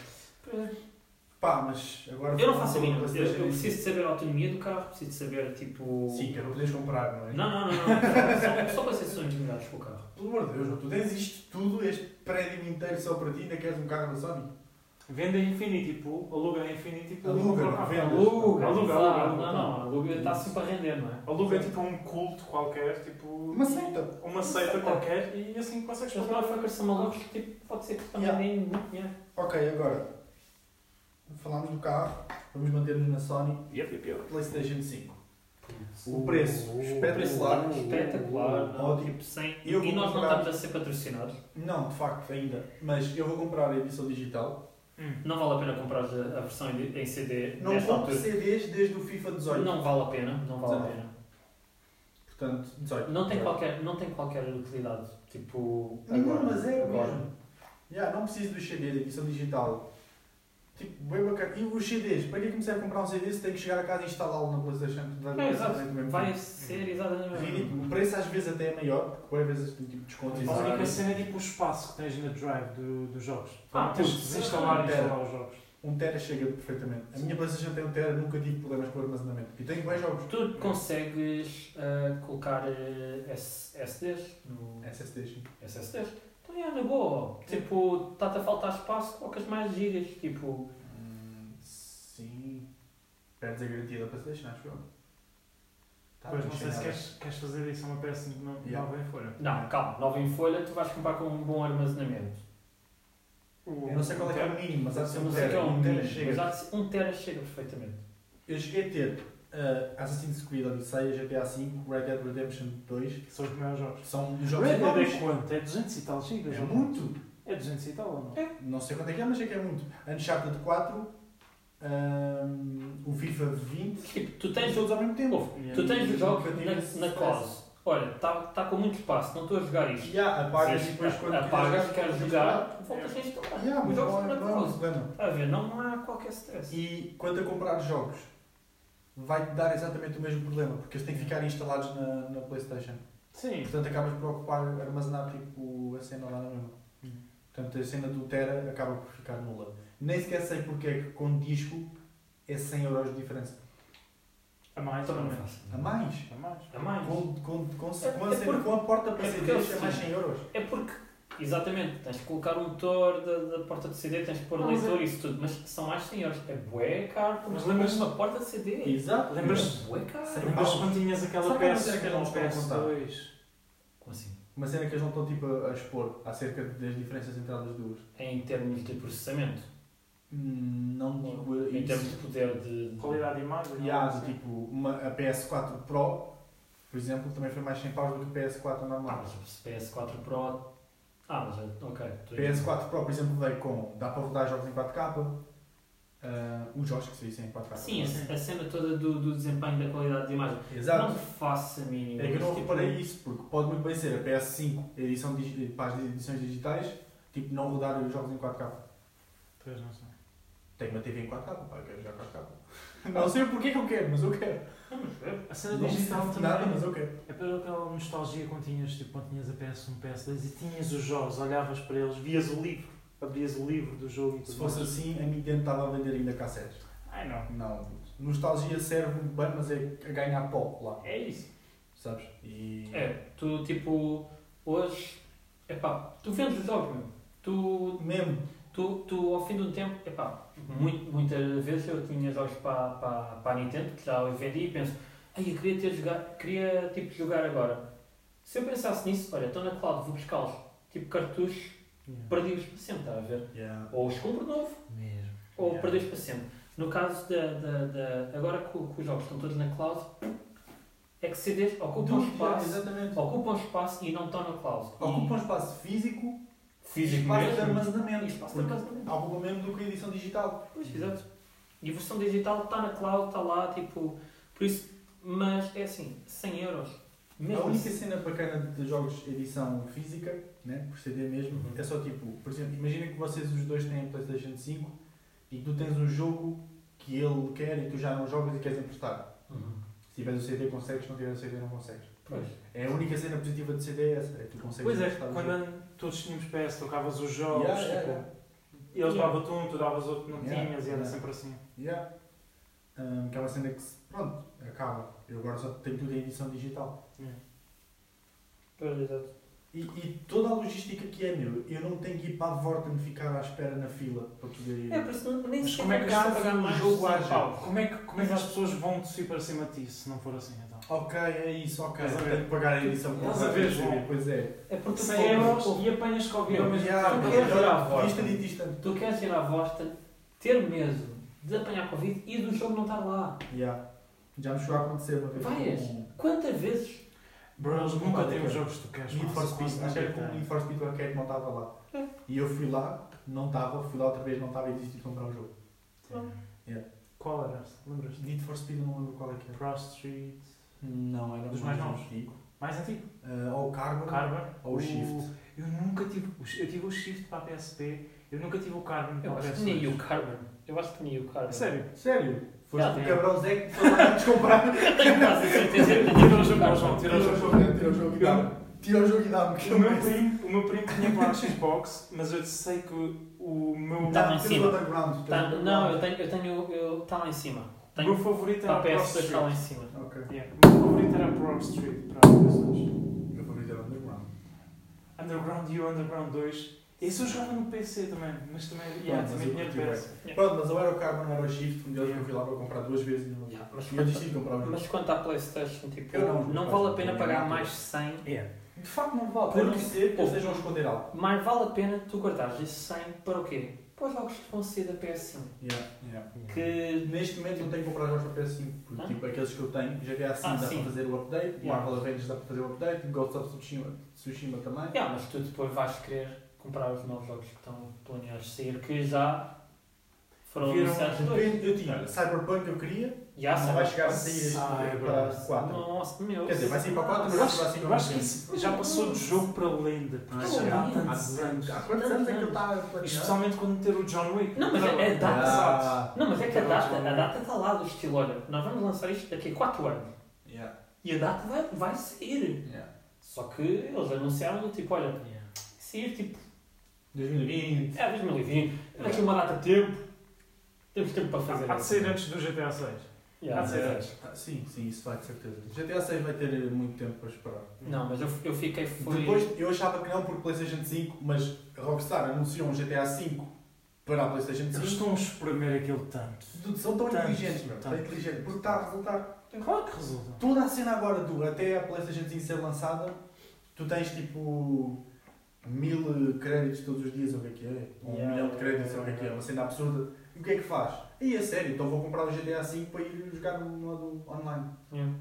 Pá, mas agora.
Eu não faço a
falando
mínima.
sobre
Eu, eu
PlayStation,
preciso de saber a autonomia do carro, preciso de saber tipo.
Sim, que é para poderes comprar, não é?
Não, não, não, não. Só, só para ser sonhos melhores com o carro.
Pelo amor de Deus, João, tu tens isto tudo, este prédio inteiro só para ti, ainda queres um carro da Sony?
Vende a Infinity Pool, é tipo, aluga é a Infinity Pool.
Aluga, não
Ah,
vende.
Aluga, aluga, aluga.
Não, não, aluga está sempre a render, não é?
Aluga tipo um culto qualquer, tipo.
Uma seita.
Uma seita qualquer e assim consegues
Os
comprar.
motherfuckers são malucos, tipo, pode ser que também
Yeah.
deem muito dinheiro.
Ok, agora. Falámos do carro, vamos manter-nos na Sony
é
Yep, yep, yep.
PlayStation 5. O preço,
Espetacular,
espetacular.
espetacular. não,
Ótimo.
Tipo, sem...
E eu
E
vou
nós não
comprar-
estamos a ser patrocinados.
Não, de facto, ainda. Mas eu vou comprar a edição digital.
Hum.
Não vale a pena comprar a a versão em em CD
Não
nesta
compro
altura.
CDs desde o FIFA 18.
Não vale a pena, não vale a
Dezenove.
pena.
Portanto, 18.
Não tem qualquer, não tem qualquer utilidade. Tipo,
Nenhuma,
agora.
mas é
agora.
mesmo. Já, não preciso dos CDs, edição digital. Tipo, bem bacana. E os CDs? Para que comecei a comprar um CD se tenho que chegar a casa e instalá-lo na PlayStation? Vai
É,
vai
exato.
fazer o mesmo
Vai
tempo.
ser exatamente a mesma coisa.
Ridículo. O preço às vezes até é maior, porque às vezes tem tipo desconto. e
A única
salário.
assim.
cena é tipo o espaço que tens na drive do- dos jogos.
Ah,
Ah, tens de
putz,
desinstalar e
é.
instalar os jogos.
Um tera chega perfeitamente. A minha PlayStation tem um tera, nunca tive problemas com o armazenamento. E tenho bons jogos.
Tu consegues ah, colocar ah, S- SDs no
SSDs. sim.
SSDs? Então é na boa. Tipo, está-te a faltar espaço, colocas mais gigas. Tipo,
Hum, sim. Perdes a garantia da PlayStation, acho eu. Tá,
Pois não sei se
nada.
queres, queres fazer isso a uma peça que não,
Yeah.
não vem fora.
não, calma, nova em folha, tu vais comprar com um bom armazenamento.
Eu não sei qual é que é o mínimo, mas há de ser
Eu
um
não sei que é
tera.
um
Um tera
mínimo,
chega.
mas há de ser- um tera chega perfeitamente.
Eu cheguei a ter eh, Assassin's Creed Odyssey, GTA V, Red Dead Redemption 2,
São os maiores jogos.
que são os jogos
Red Dead
enormes.
é quanto? É 200 e tal gigas?
É
ou não?
muito!
É 200 e tal ou não?
Não sei quanto é que é, mas sei que é muito. Uncharted um, 4, ehm, o FIFA 20,
Tipo, tu tens,
todos ao mesmo tempo.
Ouve, Tipo, tu tens os jogos
Nunca tive
na,
esse
na
stress.
cloud. olha, está tá com muito espaço, não estou a jogar isto.
Yeah, apagas e
Existe.
depois quando
Apagas,
quiseres
queres
instalar,
jogar, voltas a instalar.
Yeah,
Os
mas
jogos são
não, é- não é um
maravilhosos.
problema.
Está a ver, não, não há qualquer stress.
E quanto a comprar jogos, vai-te dar exatamente o mesmo problema, porque eles têm que ficar instalados na, na Playstation. E
Sim.
portanto acabas por ocupar, armazenar tipo a cena lá na mesma.
Hum.
Portanto a cena do Tera acaba por ficar nula. Nem sequer sei porque é que com disco é 100 euros de diferença.
A mais ou
Também não
menos.
faço.
A mais?
A mais.
A mais.
Com, com, com, com,
Hum. É-
a,
é
cena-
porque-
com a porta para
é porque
CDs é
eles-
mais 100 euros.
É porque, exatamente, tens que colocar o motor da, da porta de CD, tens que pôr
Não, mas
leitor e isso tudo, mas são mais senhores. É bué caro,
Mas
mas
lembras-
lembras uma porta de CD.
Exato.
Lembras-te-
É bué caro.
Sim.
Lembras quando tinhas aquela
Sabe quando
PS,
é que
um
eles não estão a
PS2?
Como assim?
Uma cena que eles não estão tipo a, a expor acerca das diferenças entre elas duas.
Em termos de processamento,
Hum, Não digo
em termos
isso.
de poder de.
Qualidade de imagem?
E há,
não sei.
tipo, uma, a PS4 Pro, por exemplo, também foi mais 100 paus do que a PS4
Ah,
normal.
mas o PS4 Pro. Ah, mas é- ok. tu-
PS4 Pro, por exemplo, veio com. dá para rodar jogos em 4K, ah, os jogos que saíssem em 4K.
Sim, a, a cena toda do, do desempenho da qualidade de imagem.
Exato.
Não faço a mínima.
É que eu não
tipo,
reparei isso, porque pode muito bem ser a PS5, edição digi- para as edições digitais, tipo, não rodar os jogos em 4K.
Pois não sei.
Tenho uma TV em 4K, pá, eu quero jogar 4K. Não sei o porquê que eu quero, mas eu quero.
Vamos ver.
A cena
Não
digital
sei
também.
nada, mas eu quero.
É pela aquela nostalgia quando tinhas, tipo, quando tinhas a PS1, PS2 e tinhas os jogos, olhavas para eles, vias o livro, abrias o livro do jogo e tudo
Se fosse
mais.
assim, a Nintendo estava a vender ainda cassetes.
Ai não.
Não, puto. nostalgia serve muito bem, mas é a ganhar pó lá,
É isso.
sabes? E...
É, tu tipo. Hoje. Epá, tu vendes os jogos, meu. Tu
Mesmo.
Tu, tu, ao fim de um tempo, epá, muito, muitas vezes eu tinha jogos para, para, para a Nintendo, que já os vendi e penso, ai, eu queria, ter jogar, queria tipo, jogar agora. Se eu pensasse nisso, olha, estou na cloud, vou buscá-los. Tipo cartuchos, perdi-os para sempre, está a ver?
Yeah.
Ou os compro novo,
Mesmo.
ou
Yeah.
perdi-os para sempre. No caso da, da, da- agora que, o- que os jogos estão todos na cloud, é que CDs ocupam
Dúvida,
espaço,
um Exatamente.
ocupam espaço e não estão na cloud.
Ocupam espaço físico
e,
e
físico
espaço de
mesmo.
armazenamento.
E espaço de
porque
armazenamento.
Ocupam mesmo do que a edição digital.
Pois, exato. E a versão digital está na cloud, está lá, tipo. Por isso, mas é assim, 100 euros.
a
Mesmo
única
assim.
cena bacana de jogos edição física, né, por CD mesmo,
Uhum.
é só tipo, por exemplo, imagina que vocês os dois têm a PlayStation 5 e que tu tens um jogo que ele quer e tu já não jogas e queres emprestar.
Uhum.
Se tiveres o CD consegues, se não tiveres o CD não consegues.
Pois.
É a única cena positiva de CD é essa, é que tu consegues
Pois é,
emprestar o jogo.
quando todos tínhamos PS, trocavas os jogos,
Yeah,
tipo,
yeah, yeah.
eles
Yeah.
davam-te um, tu davas outro que não
Yeah,
tinhas e era
yeah.
sempre assim.
Yeah. Hum, aquela cena que se, pronto, acaba. Eu agora só tenho tudo em edição digital.
Pois, exato.
E, e toda a logística que é meu, eu não tenho que ir para a Vorten ficar à espera na fila para poder ir.
É, por isso não- nem
Mas
sequer
como é que
quero
as-
pagar
o
mais assim,
jogo
de 100
age?
pau.
Como é que, como é que as
Exato.
pessoas vão te ir para cima de ti se não for assim então?
Ok, é isso, ok.
Estás a ver?
Tenho que pagar a edição
Estás
completa,
a ver,
percebi,
João?
Pois é.
É porque tu
100
compras-
euros e apanhas Covid ao
Não,
mesmo
yeah,
tempo.
mas- queres ir à Vorten?
Dista de dista.
Tu queres ir à Vosta, ter medo de apanhar Covid e do jogo não estar lá.
Yeah. Já me chegou a acontecer uma vez.
Vais?
com- um-
Quantas vezes?
Bro, eles
Não
nunca
vale a
têm os
pena.
jogos que tu queres.
Need
mano,
for
só
Speed,
quase
acho que era
nunca
com o
têm.
Need for Speed Arcade não estava lá.
É.
E eu fui lá, não estava, fui lá outra vez, não estava e desisti de comprar o jogo.
Qual era? esse? Lembras-te?
Need for Speed eu não lembro qual é que era.
Cross Street.
Não, era
Dos
um
mais
jogo
novos?
antigo.
Mais antigo?
Ah, ou o Carbon,
Carbon.
ou o Shift.
Eu nunca tive. o- Eu tive o Shift para a PSP. Eu nunca tive o Carbon para
Eu
a
acho que
PSP.
nem o Carmen. Eu acho que nem o Carmen.
Sério?
Sério? Foste
Ah,
o
tem.
cabrão Zé que foi lá antes comprar.
Tenho quase certeza que
Tira o
nem o
jogo, João,
Carmen.
tira o jogo.
né? tira o jogo e dá-me. Tira o jogo e dá-me. que
O
eu
meu
penso.
primo, o meu primo tinha para a Xbox, mas eu sei que o meu.
Tá.
Não,
em
tens
cima.
o Underground.
Tá-
tens o
não,
Underground.
eu tenho. Eu tenho. Eu, está lá em cima.
O
Tenho.
meu favorito
Está
era o Cross
PS2 está tá lá
Street.
em cima.
Ok.
Yeah, O meu favorito era o Cross Street para a PS2.
Meu favorito era o Underground.
Underground e o Underground 2. Esse eu jogava no PC também, mas também, yeah,
mas
também
eu
tinha
curti bem.
PS.
Pronto, mas ou era o Carbon ou era o Shift, um deles que eu fui lá para comprar duas vezes e não.
Yeah, mas,
E eu
quanto,
decidi comprar um.
mas quanto à Playstation, tipo,
Eu não-
não, vale a
eu
pena
não-
pagar mais 100.
De facto não vale,
Porque-
a não ser que
Pô.
eles estejam a esconder algo.
Mas vale a pena tu guardares esse 100 para o quê? Para os jogos que vão sair da PS5. Que.
Neste momento não tenho que comprar jogos para PS5, porque
Ah?
tipo, aqueles que eu tenho, GTA V
Ah,
dá
sim.
para fazer o update,
Yeah.
Marvel Avengers dá para fazer o update, Ghost of Tsushima, Tsushima também.
Yeah, mas tu depois vais querer comprar os novos jogos que estão planeados de sair, que já foram
Viram-
anunciados dois.
um Depende, eu tinha, olha, Cyberpunk eu queria,
Já
não vai
sabe.
chegar a sair
Ah, é
para
verdade.
4.
Nossa, meu.
Quer dizer, vai sair para 4, mas
Eu
vai chegar
acho,
assim
eu acho que isso já passou de jogo para lenda,
Ah,
porque isso já há
já.
tantos anos.
Há quantos anos é que ele está a platinar?
Especialmente quando meter o John Wick.
Não, mas é- é
Ah,
data.
Exato.
Não, mas é que a data, a data está lá do estilo, olha, nós vamos lançar isto daqui a 4 anos.
Yeah,
E a data vai, vai sair.
yeah.
Só que eles anunciaram do tipo, olha, sair tipo,
2020.
é 2020, daqui a uma data de tempo. Temos tempo para fazer
Há de
isso.
sair antes do GTA 6.
Yeah.
há de ser
Eh,
antes.
ah, Sim, sim, isso vai de certeza. GTA 6 vai ter muito tempo para esperar.
Não, mas eu, eu fiquei foi.
Depois eu achava que não porque PlayStation 5, mas a Rockstar anunciou um GTA 5 para a PlayStation
Eles
5.
estão a espremer aquilo tanto.
Dude, São tão
Tanto,
inteligentes, meu. Tão
tanto.
inteligentes. Porque está a resultar.
Claro que resulta.
Toda a cena agora, tu, até a PlayStation 5 ser lançada, tu tens tipo. mil créditos todos os dias, ou o que é que é? Ou um
Yeah,
milhão de créditos, ou o que é que é?
yeah.
Uma cena absurda. E o que é que faz? E a sério, então vou comprar o GTA 5 para ir jogar no modo online.
Yeah.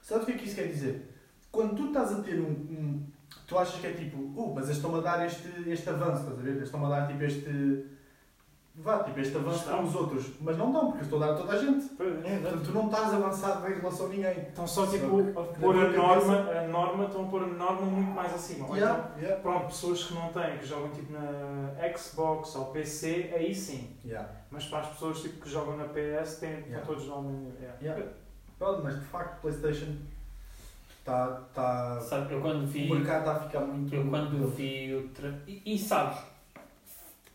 Sabe o que é que isso quer dizer? Quando tu estás a ter um. um- tu achas que é tipo, uh, mas eles estão-me a dar este, este avanço, estás a ver? Eles estão-me a dar tipo este. Vá, tipo este avanço
Estão.
para os outros. Mas não dão, porque eu estou a dar a toda a gente. Portanto, tu não estás avançado em relação a ninguém.
Estão é, só tipo
Só
a pôr a
na minha
norma, a norma, estão a pôr a norma muito mais acima. Ou então,
Yeah, yeah.
pronto, pessoas que não têm, que jogam tipo na Xbox ou PC, aí sim.
Yeah.
Mas para as pessoas tipo, que jogam na PS, têm estão
Yeah.
todos no mesmo. Yeah.
Yeah. Pronto, mas de facto, PlayStation. Está. Tá,
Sabe, eu quando vi.
o mercado está a ficar muito.
Eu quando vi o tra... e, e sabes,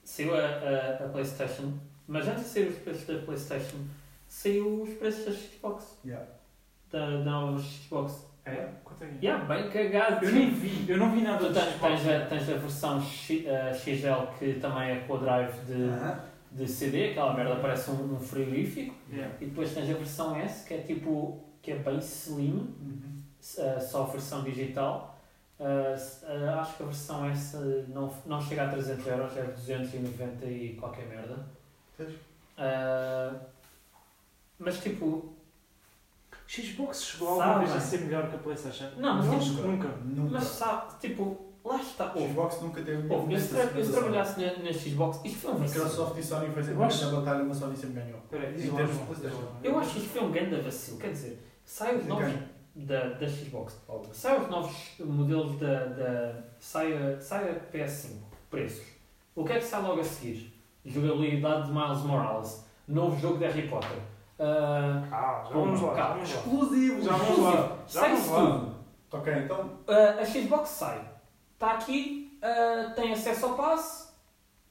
saiu a, a, a Playstation, mas antes de sair os preços da Playstation, saiu os preços da Xbox,
Yeah.
da, da nova Xbox.
É? Quanto é que é?
Yeah, bem cagado.
Eu nem vi, eu não vi nada
Tu
do
tens,
Xbox.
tens, a, tens a versão X- a XL que também é com o drive de,
Aham.
de CD, aquela merda parece um, um frigorífico,
Yeah.
e depois tens a versão S que é tipo que é bem slim,
Uhum.
uh, só a versão digital. Uh, s- uh, acho que a versão S não, não chega a 300 euros, é 290 e qualquer merda.
Pois.
Uh, mas tipo,
Xbox chegou alguma vez a
Sabe.
ser melhor que a PlayStation?
Não, mas
acho
nunca.
que nunca.
Nunca.
mas sabe, tipo, lá está.
O
Houve,
Xbox nunca teve
houve, eu, se tra- eu se
trabalhar
trabalhasse na, na Xbox, isto foi um vacilo.
Microsoft e Sony foi
Eu
sempre
acho-
a batalha, mas Sony sempre ganhou.
Espera aí, diz
Em
lá,
termos
João,
de PlayStation.
diz lá.
Eu acho que isto foi um grande vacilo. Quer dizer, sai os
De
novos
quem?
da, da Xbox,
Óbvio.
sai os novos modelos da. da sai, a, sai a PS5, preços. O que é que sai logo a seguir? Jogabilidade de Miles Morales, novo jogo de Harry Potter. Ah,
Ah, já vamos lá, já
Calma.
vamos lá.
Exclusivo!
Já vamos lá. Já
sai
vamos
isso
lá.
tudo.
Ok, então.
Ah, a Xbox sai. Está aqui, ah, tem acesso ao passe.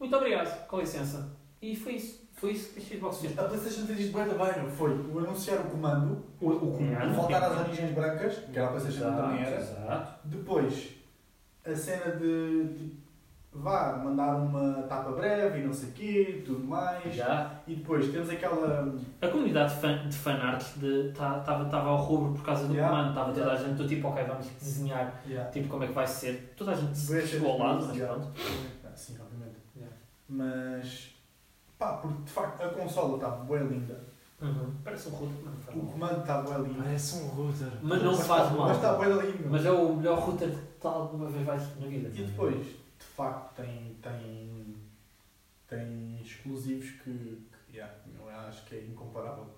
Muito obrigado, com licença. E foi isso. Foi isso que a Xbox fez.
A PlayStation fez isto bem bem, não é? foi o anunciar o comando,
O, o comando. é
voltar às origens brancas, que era a PlayStation
Exato,
também era.
Exato.
Depois, a cena de, de vá, mandar uma tapa breve e não sei o quê, tudo mais.
Já.
E depois temos aquela.
A comunidade de, fan, de fanarts estava ao rubro por causa do
Yeah,
comando, estava toda
yeah.
a gente do tipo, ok, vamos desenhar
Yeah.
tipo como é que vai ser. Toda a gente
Boas
chegou ao lado,
cenas para
mas
anunciar.
pronto.
Ah, Sim, obviamente.
Yeah.
Mas. pá, porque de facto a consola está bem linda,
Parece um router, mas não faz
o
mal.
comando está bem lindo.
Parece um router.
Mas não
Mas
faz
está-
mal.
Mas está bem lindo.
Mas é o melhor router que tal alguma vez vai ser na vida.
E depois, de facto, tem, tem, tem exclusivos que, que yeah, eu acho que é incomparável.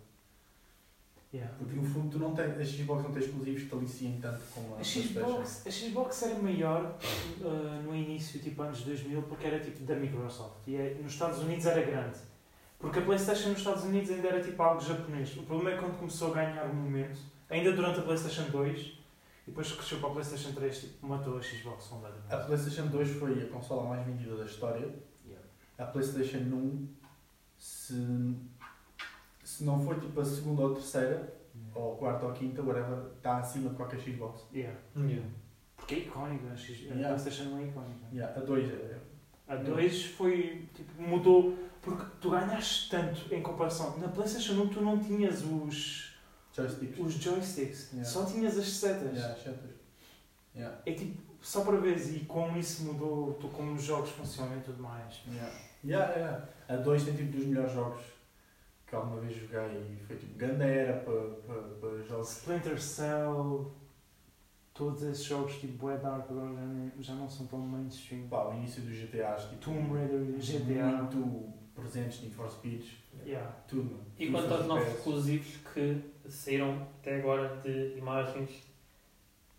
Yeah.
Porque no fundo tu não tem, a Xbox não tem exclusivos que te aliciem tanto como a,
A
PlayStation.
Xbox, a Xbox era maior uh, no início, tipo anos 2000, porque era tipo da Microsoft. E é- nos Estados Unidos era grande. Porque a PlayStation nos Estados Unidos ainda era tipo algo japonês. O problema é que quando começou a ganhar o momento, ainda durante a PlayStation 2, e depois que cresceu para a PlayStation 3, tipo, matou a Xbox
A
completamente.
PlayStation 2 foi a consola mais vendida da história.
Yeah.
A PlayStation 1, se, se não for tipo a segunda ou a terceira, ou a quarta ou a quinta, whatever, está acima de qualquer Xbox.
Yeah.
Yeah.
Porque é icónica, a, X- a
Yeah.
PlayStation 1 é icónica.
Yeah, a 2 é.
A 2 foi, tipo, mudou, porque tu ganhaste tanto em comparação. Na PlayStation 1 tu não tinhas os,
Joysticks.
os joysticks,
Yeah.
só tinhas as setas.
Yeah, chatas. Yeah.
É tipo, só para ver e como isso mudou, tu, como os jogos funcionam e tudo mais.
Yeah. Yeah, yeah. A 2 tem tipo dos melhores jogos que alguma vez joguei e foi tipo grande era para, para, para jogos.
Splinter Cell, todos esses jogos tipo Boy Dark agora já, nem- já não são tão mainstream.
Pá, o início dos GTAs tipo
Tomb Raider, GTA.
muito 300, Need for Speed,
Yeah.
tudo. mano.
E
Tudo
quanto aos
faz
novos
FPS.
exclusivos que saíram até agora de imagens,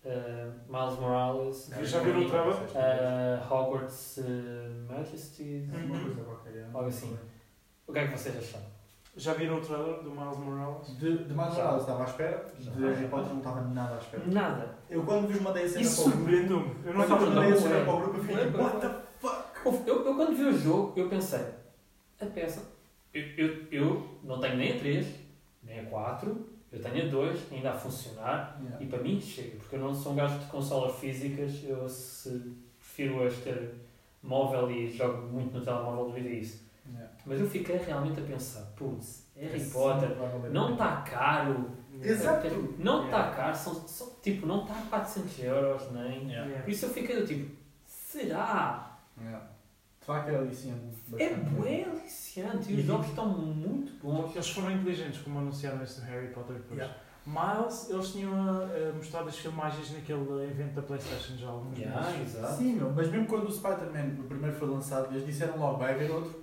ah, Miles Morales,
Eu já vi no trailer.
ah, Hogwarts uh, Majesty,
Uma
Uhum.
coisa qualquer, é.
algo assim. O que é que vocês acharam?
Já viram o trailer do Miles Morales?
De, de mais
Já.
nada, estava à espera.
Já.
De Harry Potter não estava nada à espera.
Nada.
Eu quando vos mandei a cena
Isso
para o grupo,
surpreendeu-me. Eu não
quando
estava
vos
não,
mandei a
não,
cena
é.
para o grupo, eu fiquei
Não,
tipo,
não.
what the fuck?
Houve- Eu, eu quando vi o jogo, eu pensei, a peça, eu, eu, eu não tenho nem a 3, nem a 4, eu tenho a 2, ainda a funcionar, e para mim chega, porque eu não sou um gajo de consolas físicas, eu se prefiro as ter móvel e jogo muito no telemóvel devido a isso.
Yeah.
Mas eu fiquei realmente a pensar, putz, Harry
Esse
Potter,
vai valer a
não tá-
pena.
está caro,
Exato.
não está
Yeah.
caro, são, são- tipo, não está a 400 euros nem.
Yeah.
Por isso eu fiquei do tipo, será?
Yeah. De facto é aliciante.
É
bastante.
bué aliciante e
E-
os jogos estão muito bons.
Eles foram inteligentes como anunciaram este Harry Potter depois.
Yeah.
Miles, eles tinham ah, mostrado as filmagens naquele evento da Playstation já há alguns
Yeah,
meses.
exato.
Sim, meu, mas mesmo quando o Spider-Man o primeiro foi lançado, eles disseram logo vai haver outro.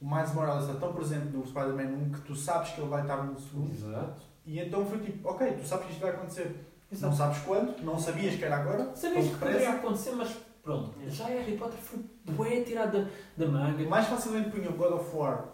O Miles Morales está tão presente no Spider-Man 1 que tu sabes que ele vai estar no segundo.
Exato.
E então foi tipo, ok, tu sabes que isto vai acontecer. Não sabes quando, não sabias que era agora.
Sabias que
Como parece.
poderia acontecer, mas pronto,
Yeah.
já é Harry Potter foi bué tirado da, da manga.
Mais facilmente punha o God of War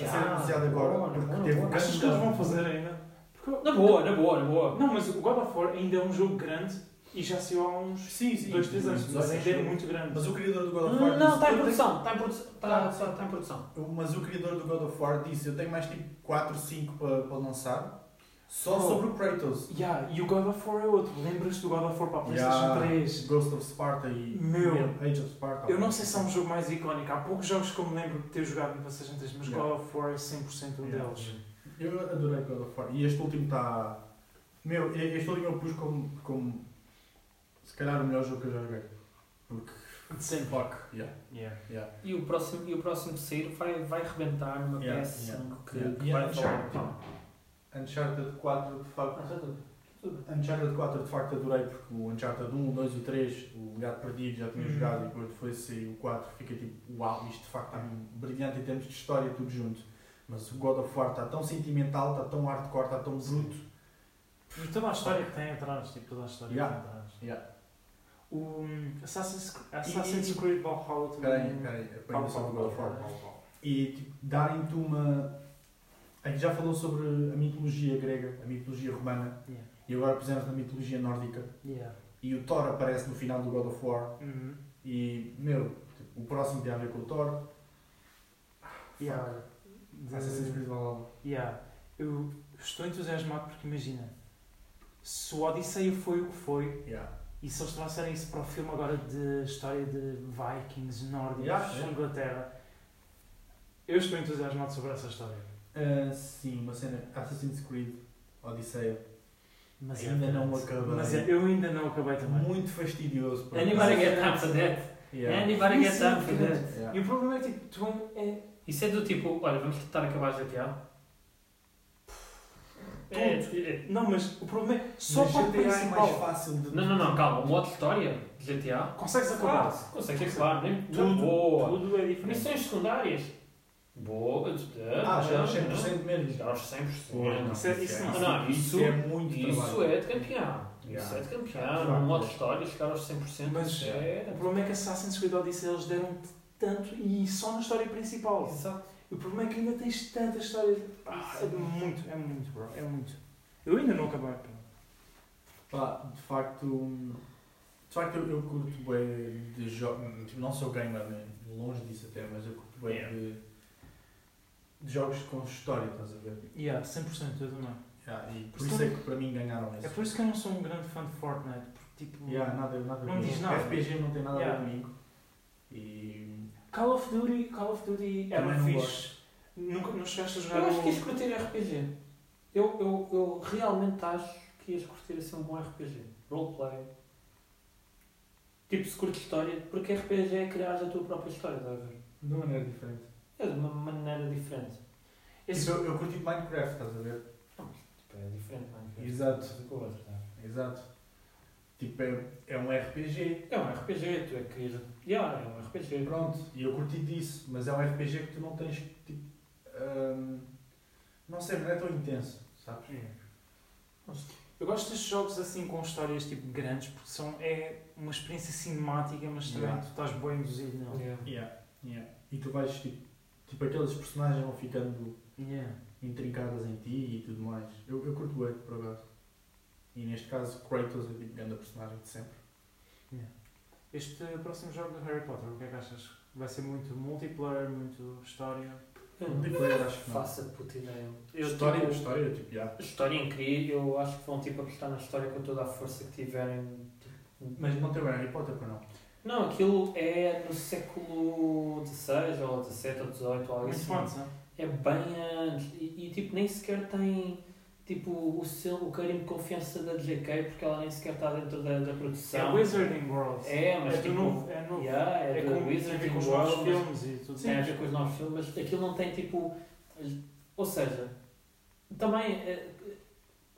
a ser
Ah,
anunciado agora,
boa,
porque
boa,
teve
boa.
um
Achas que eles
grande
vão fazer ainda? Porque-
Na boa, na boa, na boa.
Não, mas o God of War ainda é um jogo grande e já saiu há uns
Sim, sim.
2, 3 anos, mas ainda é
acho.
muito grande.
Mas o criador do God of
Não,
War
tá
disse,
está em
"Eu tenho-
produção, está em produção. Está,
Ah,
está, está em produção.
Mas o criador do God of War disse: Eu tenho mais tipo 4, 5 para, para lançar, só
Oh.
sobre o Kratos.
Yeah, e o God of War é outro. Lembras do God of War para a PlayStation
Yeah,
3?
Ghost of Sparta e
Meu.
Age of Sparta. assim.
Eu não sei se é um jogo mais icónico. Há poucos jogos que eu me lembro de ter jogado no PlayStation 3, mas
Yeah.
God of War é 100% um
Yeah.
deles.
Eu adorei God of War. E este último está. Meu, e- este último eu pus como, como. Se calhar o melhor jogo que eu já joguei. Porque.
De sempre.
Fuck. Yeah.
Yeah.
Yeah.
E o próximo, e o próximo sair vai, vai rebentar numa
Yeah,
PS5 que,
yeah.
que
E
vai
Uncharted.
falar.
Uncharted 4, de facto.
Tudo.
Uncharted 4, de facto, adorei. Porque o Uncharted 1, o 2 e o 3, o Legado Perdido, já tinha
Uhum.
jogado. E depois foi sair o 4, fica tipo, uau, isto de facto está brilhante em termos de história, tudo junto. Mas o God of War está tão sentimental, está tão hardcore, está tão bruto.
E toda a história que tem atrás, tipo, toda a história
Yeah.
que tem atrás.
Yeah.
O hum, Assassin's, Assassin's Creed Valhalla também.
Espera aí, espera aí. Apanha
Paulo,
sobre o
Paulo,
God of War.
Paulo, Paulo, Paulo.
e tipo, darem-te uma. A gente já falou sobre a mitologia grega, a mitologia romana,
Yeah.
e agora pusemos na mitologia nórdica.
Yeah.
E o Thor aparece no final do God of War.
Uhum.
E, meu, tipo, o próximo tem a ver com o Thor.
Yeah.
Vai ser
De-
sempre igual
Yeah. Eu estou entusiasmado porque imagina, se o Odisseia foi o que foi,
ao- Yeah.
e se eles trouxerem isso para o filme agora de história de Vikings, nórdicos,
Yeah, yeah.
Inglaterra, eu estou entusiasmado sobre essa história.
Ah, sim, uma cena. Assassin's Creed, Odisseia.
Mas
Ainda não
grande.
acabei.
Mas é- eu ainda não acabei também.
Muito fastidioso. para
Anybody
mim.
get time for that?
Yeah.
Anybody get
Isso é
time for that?
Yeah.
E o problema é tipo, tu é.
Isso é do tipo, olha, vamos tentar acabar GTA. É, é.
Não, mas o problema é só
Mas
para o
GTA é mais
principal.
fácil de.
Não, não, não, calma, o modo história de GTA.
Consegues acabar?
Consegue acabar, nem
Ah. Tudo.
Boa.
Tudo é diferente.
Missões secundárias. Boa.
Ah, já é 100% menos.
Já aos 100%.
Isso é- isso não.
Não, isso-
é muito
Isso
trabalho.
é de campeão. Isso é de campeão. No modo história, chegar aos 100%
Mas- O
é...
problema é que Assassin's Creed Odyssey eles deram tanto e só na história principal.
Exato.
E o problema é que ainda tens tanta história. Ah, é muito, é muito, bro. É muito. Eu ainda não acabei. pá.
Pá, de facto. hum, De facto, eu, eu curto bem de jogos. Tipo, não sou gamer, né? longe disso até, mas eu curto bem
Yeah.
de, de jogos com história, estás a ver?
Yeah, 100% eu também.
Yeah, e por
Mas
isso é
também-
que para mim ganharam
É
esse.
por isso que eu não sou um grande fã de Fortnite. Porque, tipo,
Yeah, nada, nada
Não
comigo.
diz nada.
RPG não tem nada a
Yeah.
ver comigo. E.
Call of Duty, Call of Duty era
Também não
fixe. Nunca não chegaste a jogar
Eu acho
o-
que ias curtir RPG. Eu, eu, eu realmente acho que ias curtir assim um bom RPG. Roleplay. Tipo, se curte história, porque RPG é criar a tua própria história, estás a ver?
De uma maneira diferente.
É de uma maneira diferente.
Esse-
Tipo, eu, eu curti Minecraft, estás a ver?
Não, mas, tipo, é diferente, não é?
Exato.
Uma coisa com a outra, tá?
Exato. Tipo, é, é um RPG.
É um RPG, tu é que querias. Yeah, é um RPG.
Pronto, e eu curti disso, mas é um RPG que tu não tens, tipo, hum, não sei, não é tão intenso, sabes?
Eu gosto destes jogos assim com histórias tipo grandes porque são, é uma experiência cinemática, mas também
Yeah.
tu estás bem induzido é? nela.
Yeah.
Yeah, yeah. E tu vais, tipo, tipo, aqueles personagens vão ficando
Yeah.
intrincadas em ti e tudo mais. Eu, eu curto bem, por acaso. E neste caso, Kratos é tipo grande personagem de sempre.
Este próximo jogo do Harry Potter, o que é que achas? Vai ser muito multiplayer, muito história.
Eu
Não digo Tipo, eu, acho que não.
Faça puta ideia. Eu,
história,
tipo,
história, tipo, yeah.
história é incrível, eu acho que vão tipo apostar na história com toda a força que tiverem.
Mas não tem o Harry Potter, para não?
Não, aquilo é no século XVI ou XVII ou XVIII ou algo
Muito
assim.
antes, não?
É bem antes. E, e, tipo, nem sequer tem tipo, o, seu, o carinho de confiança da JK porque ela nem sequer está dentro da, da
É
produção.
Wizarding World.
É, mas
é do
tipo,
novo. É novo.
yeah, é,
É
do
com,
Wizarding
tem com os
World,
novos
mas-
filmes e tudo.
tem a ver com os novos filmes, mas aquilo não tem tipo. Ou seja, também. eh,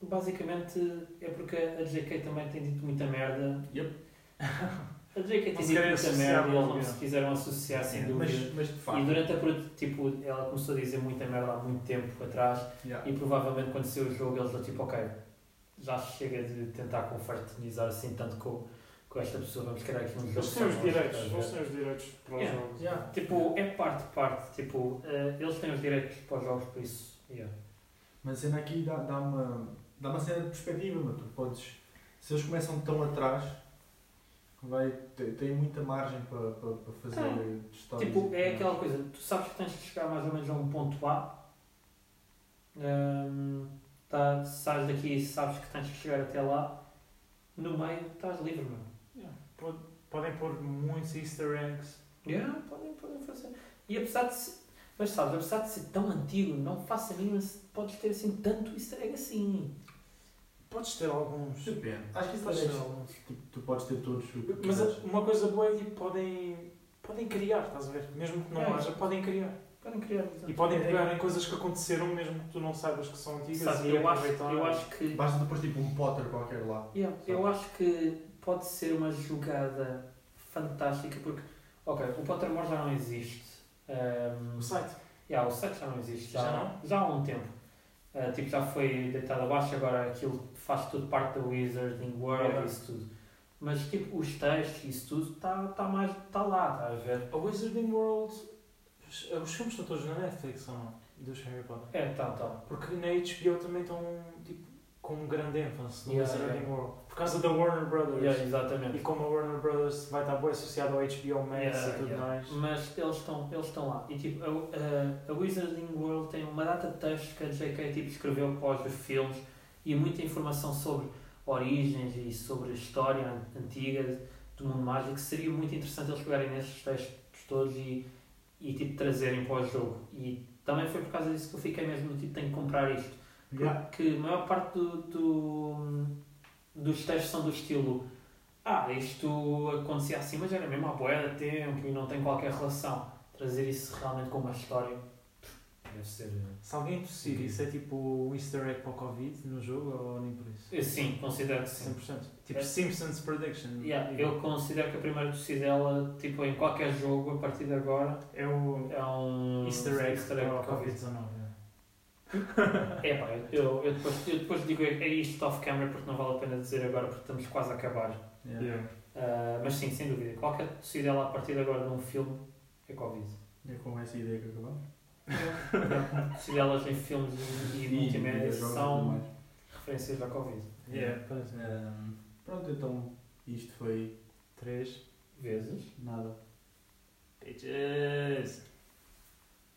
Basicamente é porque a JK também tem dito muita merda.
Yep.
A JK
Não
tem
se
dito
querem
muita
associar
merda e eles
logo,
não
é.
se quiseram associar sem dúvida.
Mas, mas de
E
facto.
Assim, durante a produ- tipo, ela começou a dizer muita merda há muito tempo atrás
Yeah.
Tá.
e provavelmente quando saiu o jogo eles do tipo, ok, já chega de tentar confraternizar assim tanto com, com esta pessoa, vamos criar aqui um jogo.
Eles têm os
só nós,
direitos,
estás a ver?
eles têm os direitos para os
Yeah,
jogos.
yeah.
Tipo, é parte, parte. Tipo, eh, eles têm os direitos para os jogos, por isso. yeah.
Mas a cena aqui dá, dá, uma, dá uma cena de perspectiva, mas tu podes. Se eles começam tão atrás, vai, tem, tem muita margem para, para, para fazer histórias.
Tipo,
e-
é aquela coisa, tu sabes que tens que chegar mais ou menos a um ponto A. Hum, tá, sais daqui e sabes que tens que chegar até lá. No meio estás livre, meu.
Yeah. Pod- Podem pôr muitos easter eggs.
Yeah, podem, podem fazer. E apesar de ser, mas sabes, apesar de ser tão antigo, não faça a mínima se podes ter assim tanto easter egg assim.
Podes ter alguns.
Depende. Acho que isso
Podes ter
é
alguns.
tipo, Tu podes ter todos. o que tu
Mas
quiseres.
a- uma coisa boa é que podem, podem criar, estás a ver? Mesmo que não
É.
haja, podem criar.
Podem criar.
E podem
é
pegar em coisas que aconteceram mesmo que tu não saibas que são antigas.
Sabe,
e
eu acho,
aproveitar.
eu acho que
Basta depois tipo um Potter qualquer lá.
Yeah, eu acho que pode ser uma jogada fantástica porque, ok, o Pottermore já não existe. Um,
O site.
yeah, o site já não existe. Já,
Já não?
já há um tempo. Uh, tipo, já foi deitado abaixo, agora aquilo faz tudo parte da Wizarding World
Yeah.
e isso tudo. Mas, tipo, os textos e isso tudo está tá mais. está lá, está a ver?
A Wizarding World. Os, os filmes estão todos na Netflix ou não? Dos Harry Potter.
É, tá, tá.
Porque na HBO também estão tipo, com um grande ênfase no
Yeah,
Wizarding
yeah.
World. Por causa da Warner Brothers.
Yeah,
E
exatamente.
como a Warner Brothers vai estar bem associada ao HBO Max
Yeah,
e tudo
yeah. Hum.
mais.
Mas eles estão eles estão lá. E tipo, a, a, a Wizarding World tem uma data de textos que a J.K. Tipo, escreveu pós os filmes e muita informação sobre origens e sobre a história an- antiga do mundo mágico. Seria muito interessante eles pegarem nesses textos todos e, e tipo, trazerem para o jogo. E também foi por causa disso que eu fiquei mesmo do tipo, tenho que comprar isto.
Yeah.
Porque a maior parte do, do- dos testes são do estilo Ah, isto acontecia assim, mas era mesmo à boia de tempo e não tem qualquer relação. Trazer isso realmente com uma história deve ser.
Se alguém tossir, isso é tipo um easter egg para o Covid no jogo ou nem por isso?
eh, Sim, considero que sim.
100%. Tipo
É.
Simpsons Prediction.
Yeah, eu considero que a primeira tosse dela, tipo, em qualquer jogo a partir de agora,
É o
é um
easter egg para o
para Covid.
Covid-19.
É pá, eu, eu, depois, eu depois digo é isto off camera porque não vale a pena dizer agora porque estamos quase a acabar.
é.
Yeah.
Ah, mas sim, sem dúvida. Qualquer tossida lá a partir de agora num filme é Covid.
É com essa ideia que acabamos.
Tossidelas em filmes e, e multimédia
jogos e tudo
são
mais.
referências à Covid.
Yeah, parece.
Ahm, pronto, então isto foi
3
Vezes.
nada.
pages.